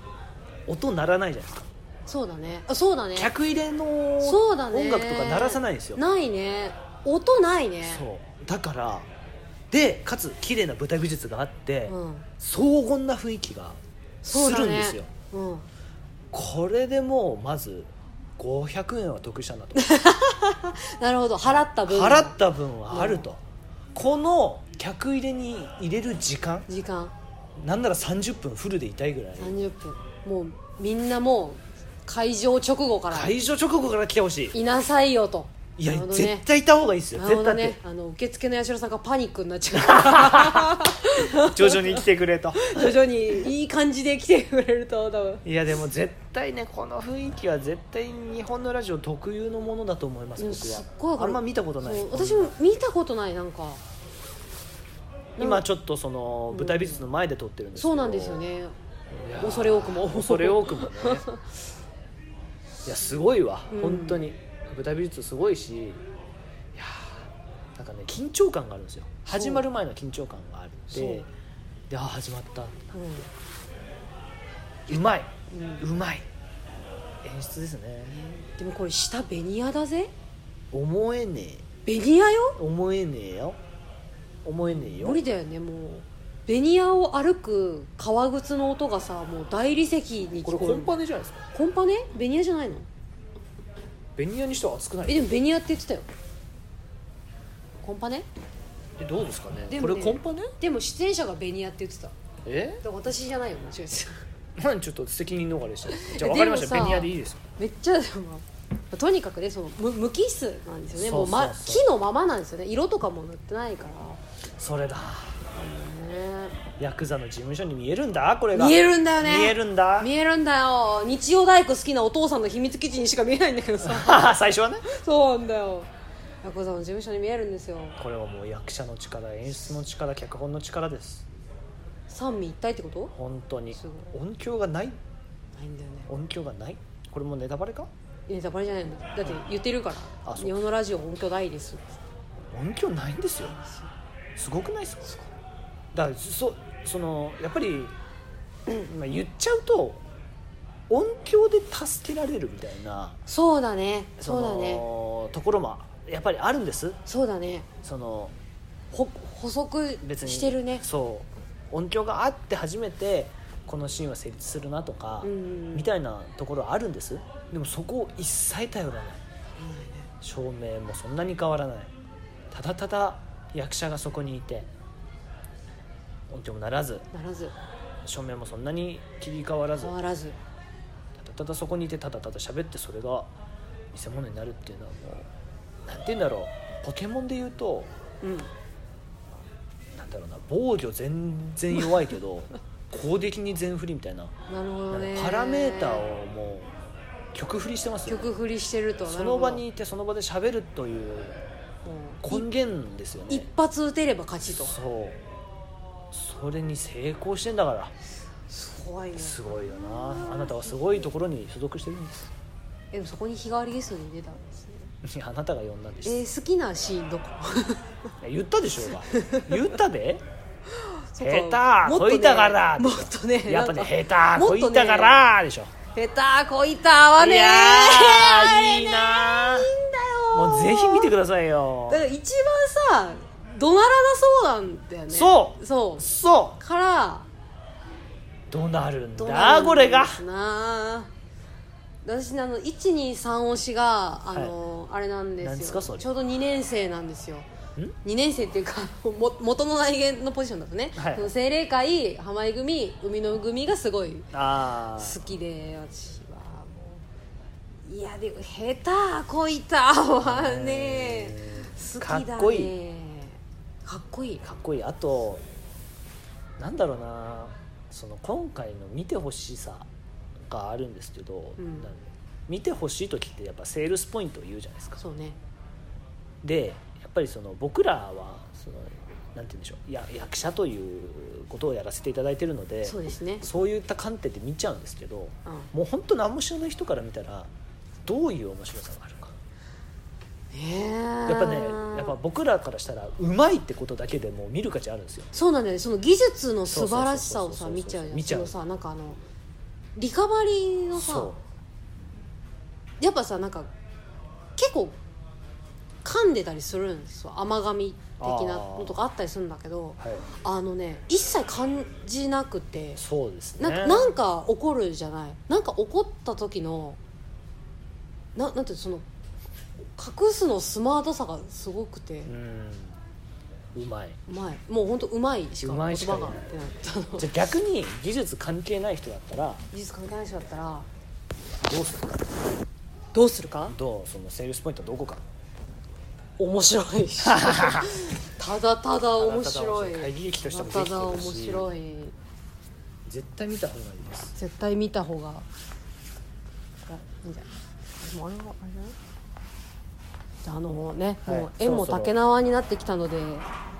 [SPEAKER 1] 音鳴らないじゃないですか
[SPEAKER 2] そうだねあそうだね
[SPEAKER 1] 客入れの
[SPEAKER 2] そうだね
[SPEAKER 1] 音楽とか鳴らさないんですよ
[SPEAKER 2] ないね音ないね
[SPEAKER 1] そうだからでかつ綺麗な舞台美術があって、
[SPEAKER 2] うん
[SPEAKER 1] 荘厳な雰囲気がす
[SPEAKER 2] そうだね
[SPEAKER 1] るんですよ、
[SPEAKER 2] うん
[SPEAKER 1] これでもうまず500円は得したな と
[SPEAKER 2] なるほど払った分
[SPEAKER 1] 払った分はあると、この客入れに入れる時間
[SPEAKER 2] 時間
[SPEAKER 1] なんなら30分フルでいたいぐらい
[SPEAKER 2] 30分もうみんなもう会場直後から
[SPEAKER 1] 解除直後から来てほしい
[SPEAKER 2] いなさいよと
[SPEAKER 1] いや、
[SPEAKER 2] なるほどね
[SPEAKER 1] 絶対いた方がいいですよ
[SPEAKER 2] なるほ
[SPEAKER 1] 絶
[SPEAKER 2] ど
[SPEAKER 1] 対、
[SPEAKER 2] ねあの受付の八代さんがパニックになっち ゃ
[SPEAKER 1] 徐々に来てくれと
[SPEAKER 2] う徐々にいい感じで来てくれると多分
[SPEAKER 1] いやでも絶対ねこの雰囲気は絶対日本のラジオ特有のものだと思います
[SPEAKER 2] うん
[SPEAKER 1] 僕
[SPEAKER 2] すっ
[SPEAKER 1] は
[SPEAKER 2] ごいわか
[SPEAKER 1] あ
[SPEAKER 2] る
[SPEAKER 1] んま見たことない
[SPEAKER 2] そう私も見たことないなんか
[SPEAKER 1] 今ちょっとその舞台美術の前で撮ってるんですけど
[SPEAKER 2] そうなんですよね
[SPEAKER 1] いやー
[SPEAKER 2] 恐れ多くも
[SPEAKER 1] 恐れ多くもね いやすごいわ、
[SPEAKER 2] うん
[SPEAKER 1] 本当に舞台美術すごいしいやーなんかね緊張感があるんですよ
[SPEAKER 2] そう
[SPEAKER 1] 始まる前の緊張感がある
[SPEAKER 2] そ
[SPEAKER 1] で
[SPEAKER 2] う
[SPEAKER 1] であー始まった
[SPEAKER 2] う
[SPEAKER 1] うまい、
[SPEAKER 2] んうん
[SPEAKER 1] うまい演出ですね
[SPEAKER 2] でもこれ下ベニヤだぜ
[SPEAKER 1] 思えねえ
[SPEAKER 2] ベニヤよ
[SPEAKER 1] 思えねえよ思えねえよ
[SPEAKER 2] 無理だよねもうベニヤを歩く革靴の音がさもう大理石に
[SPEAKER 1] こ
[SPEAKER 2] 聞
[SPEAKER 1] れ
[SPEAKER 2] こ
[SPEAKER 1] コ
[SPEAKER 2] える
[SPEAKER 1] ンパネじゃないですか
[SPEAKER 2] コンパねベニヤじゃないの
[SPEAKER 1] ベニヤにしては熱くない
[SPEAKER 2] えでもベニヤって言ってたよコンパね
[SPEAKER 1] えどうですかね
[SPEAKER 2] で
[SPEAKER 1] こ
[SPEAKER 2] もね
[SPEAKER 1] れコンパネ
[SPEAKER 2] でも出演者がベニヤって言ってただか
[SPEAKER 1] え
[SPEAKER 2] ら私じゃないよ間違えて た
[SPEAKER 1] 何ちょっと責任逃れしてるじゃあ分かりました
[SPEAKER 2] でもさ
[SPEAKER 1] ベニヤでいいですよ
[SPEAKER 2] めっちゃでもとにかくねその無無機質なんですよねもう、ま、
[SPEAKER 1] そうそうそう
[SPEAKER 2] 木のままなんですよね色とかも塗ってないか
[SPEAKER 1] それだ
[SPEAKER 2] ら、ね、
[SPEAKER 1] ヤクザの事務所に見えるんだこれが
[SPEAKER 2] 見えるんだよね
[SPEAKER 1] 見えるんだ
[SPEAKER 2] 見えるんだよ日曜大工好きなお父さんの秘密基地にしか見えないんだけど さ
[SPEAKER 1] 最初はね
[SPEAKER 2] そうなんだよヤクザの事務所に見えるんですよ
[SPEAKER 1] これはもう役者の力演出の力脚本の力です
[SPEAKER 2] 三位一体ってこと
[SPEAKER 1] 本当に
[SPEAKER 2] す
[SPEAKER 1] 音響がない
[SPEAKER 2] ないんだよね
[SPEAKER 1] 音響がないこれもネタバレか
[SPEAKER 2] ネタバレじゃないのだって言ってるから
[SPEAKER 1] あそう
[SPEAKER 2] 日本のラジオ音響大です
[SPEAKER 1] 音響ないんですよすごくないですかだからそそのやっぱり、まあ、言っちゃうと音響で助けられるみたいな
[SPEAKER 2] そうだねそ
[SPEAKER 1] そうの
[SPEAKER 2] だね
[SPEAKER 1] ところもやっぱりあるんです
[SPEAKER 2] そうだね
[SPEAKER 1] その
[SPEAKER 2] ほ補足
[SPEAKER 1] 別に
[SPEAKER 2] してるね
[SPEAKER 1] そう音響があって初めてこのシーンは成立するなとか、
[SPEAKER 2] うんうんうん
[SPEAKER 1] みたいなところあるんですでもそこを一切頼らない照明もそんなに変わらないただただ役者がそこにいて音響もならず
[SPEAKER 2] ならず
[SPEAKER 1] 照明もそんなに切り替わらず
[SPEAKER 2] 変わらず
[SPEAKER 1] ただただそこにいてただただ喋ってそれが偽物になるっていうのはもうなんて言うんだろうポケモンで言うと
[SPEAKER 2] うん
[SPEAKER 1] なんだろうな防御全然弱いけど攻撃に全振りみたいな
[SPEAKER 2] なるほどね
[SPEAKER 1] パラメーターをもう曲振りしてますよ
[SPEAKER 2] 曲振りしてると
[SPEAKER 1] その場にいてその場で喋るという
[SPEAKER 2] なるほど
[SPEAKER 1] 根源ですよ
[SPEAKER 2] い
[SPEAKER 1] ね
[SPEAKER 2] 一発打てれば勝ちと
[SPEAKER 1] そうそれに成功してんだから
[SPEAKER 2] すごいね
[SPEAKER 1] すごいよなあなたはすごいところに所属してるんです
[SPEAKER 2] でもそこに日替わりゲストに出たんですね
[SPEAKER 1] いやあなたが呼んだんで
[SPEAKER 2] え
[SPEAKER 1] す、
[SPEAKER 2] ー好きなシー ンどこ
[SPEAKER 1] いや言ったでしょうが 言ったで
[SPEAKER 2] そっ
[SPEAKER 1] 下手
[SPEAKER 2] もっと
[SPEAKER 1] こいたから
[SPEAKER 2] もっとね
[SPEAKER 1] やっぱね
[SPEAKER 2] なん
[SPEAKER 1] 下
[SPEAKER 2] か
[SPEAKER 1] 手
[SPEAKER 2] も
[SPEAKER 1] こ
[SPEAKER 2] っと
[SPEAKER 1] い
[SPEAKER 2] ね
[SPEAKER 1] たからでしょ
[SPEAKER 2] 下手こいたわね
[SPEAKER 1] いや
[SPEAKER 2] あれ
[SPEAKER 1] ーいい
[SPEAKER 2] ね
[SPEAKER 1] なー
[SPEAKER 2] よ
[SPEAKER 1] もうぜひ見てくださいよ
[SPEAKER 2] だから一番さ怒鳴らなそうなんだよね
[SPEAKER 1] そう
[SPEAKER 2] そう
[SPEAKER 1] そ
[SPEAKER 2] から
[SPEAKER 1] うどうなるんだ
[SPEAKER 2] どうなるん
[SPEAKER 1] これが
[SPEAKER 2] ですな私ねあの123推しがあの、あれなんですよ
[SPEAKER 1] なんですかそれ
[SPEAKER 2] ちょうど2年生なんですよ
[SPEAKER 1] ん
[SPEAKER 2] 2年生っていうかも元の内言のポジションだとね、
[SPEAKER 1] はい
[SPEAKER 2] その精霊界浜井組海の組がすごい
[SPEAKER 1] あー
[SPEAKER 2] 好きで私はもういやでも下手こいたはね好きだね
[SPEAKER 1] かっこい
[SPEAKER 2] いかっこいい
[SPEAKER 1] かっこいいあとなんだろうなその今回の見てほしさがあるんですけど、
[SPEAKER 2] うん
[SPEAKER 1] なん見てほしい時ってやっぱセールスポイントを言うじゃないですか
[SPEAKER 2] そうね
[SPEAKER 1] でやっぱりその僕らはそのなんて言うんでしょうや役者ということをやらせていただいてるので
[SPEAKER 2] そうですね
[SPEAKER 1] そういった観点で見ちゃうんですけど
[SPEAKER 2] うん
[SPEAKER 1] もう本当何も知らない人から見たらどういう面白さがあるか
[SPEAKER 2] や
[SPEAKER 1] やっぱねやっぱ僕らからしたらうまいってことだけでもう見る価値あるんですよ
[SPEAKER 2] そうなんだよねその技術の素晴らしさ
[SPEAKER 1] そうそうそ
[SPEAKER 2] を
[SPEAKER 1] う
[SPEAKER 2] さ
[SPEAKER 1] そう
[SPEAKER 2] 見ちゃうじゃん
[SPEAKER 1] 見ちゃう
[SPEAKER 2] そのさなんかあのリカバリーのさ
[SPEAKER 1] そ
[SPEAKER 2] やっぱさなんか結構噛んでたりするんですよ甘噛み的なのとかあったりするんだけど
[SPEAKER 1] うはい
[SPEAKER 2] あのね一切感じなくて
[SPEAKER 1] そうですね
[SPEAKER 2] なんかなんか怒るじゃないなんか怒った時のななんていうのその隠すのスマートさがすごくて
[SPEAKER 1] うんうまいう
[SPEAKER 2] まいもう本当うまいしか
[SPEAKER 1] う
[SPEAKER 2] 言
[SPEAKER 1] ま
[SPEAKER 2] 葉
[SPEAKER 1] いしか
[SPEAKER 2] が出ないあの
[SPEAKER 1] じゃあ逆に技術関係ない人だったら
[SPEAKER 2] 技術関係ない人だったら
[SPEAKER 1] どうするか
[SPEAKER 2] どうするか
[SPEAKER 1] どうそのセールスポイントどこか
[SPEAKER 2] 面白い しただ
[SPEAKER 1] ただた
[SPEAKER 2] ただ面白い
[SPEAKER 1] だ面白い会議劇としても
[SPEAKER 2] ただただ
[SPEAKER 1] で
[SPEAKER 2] 面
[SPEAKER 1] きてるし
[SPEAKER 2] 白い
[SPEAKER 1] 絶対見た方がいい です
[SPEAKER 2] 絶対見た方がいやいいんじゃないでもあれはあれじゃないあのね、
[SPEAKER 1] はい
[SPEAKER 2] もう縁も
[SPEAKER 1] そろそろ
[SPEAKER 2] 竹縄になってきたので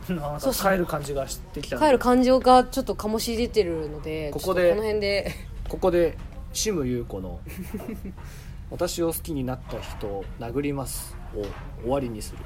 [SPEAKER 1] なん
[SPEAKER 2] そう
[SPEAKER 1] か
[SPEAKER 2] そう
[SPEAKER 1] 帰る感じがしてきたんで
[SPEAKER 2] 帰る感情がちょっと醸し出てるので
[SPEAKER 1] ここで
[SPEAKER 2] ちょっとこの辺で
[SPEAKER 1] ここでシム優子 の「私を好きになった人を殴ります」を終わりにする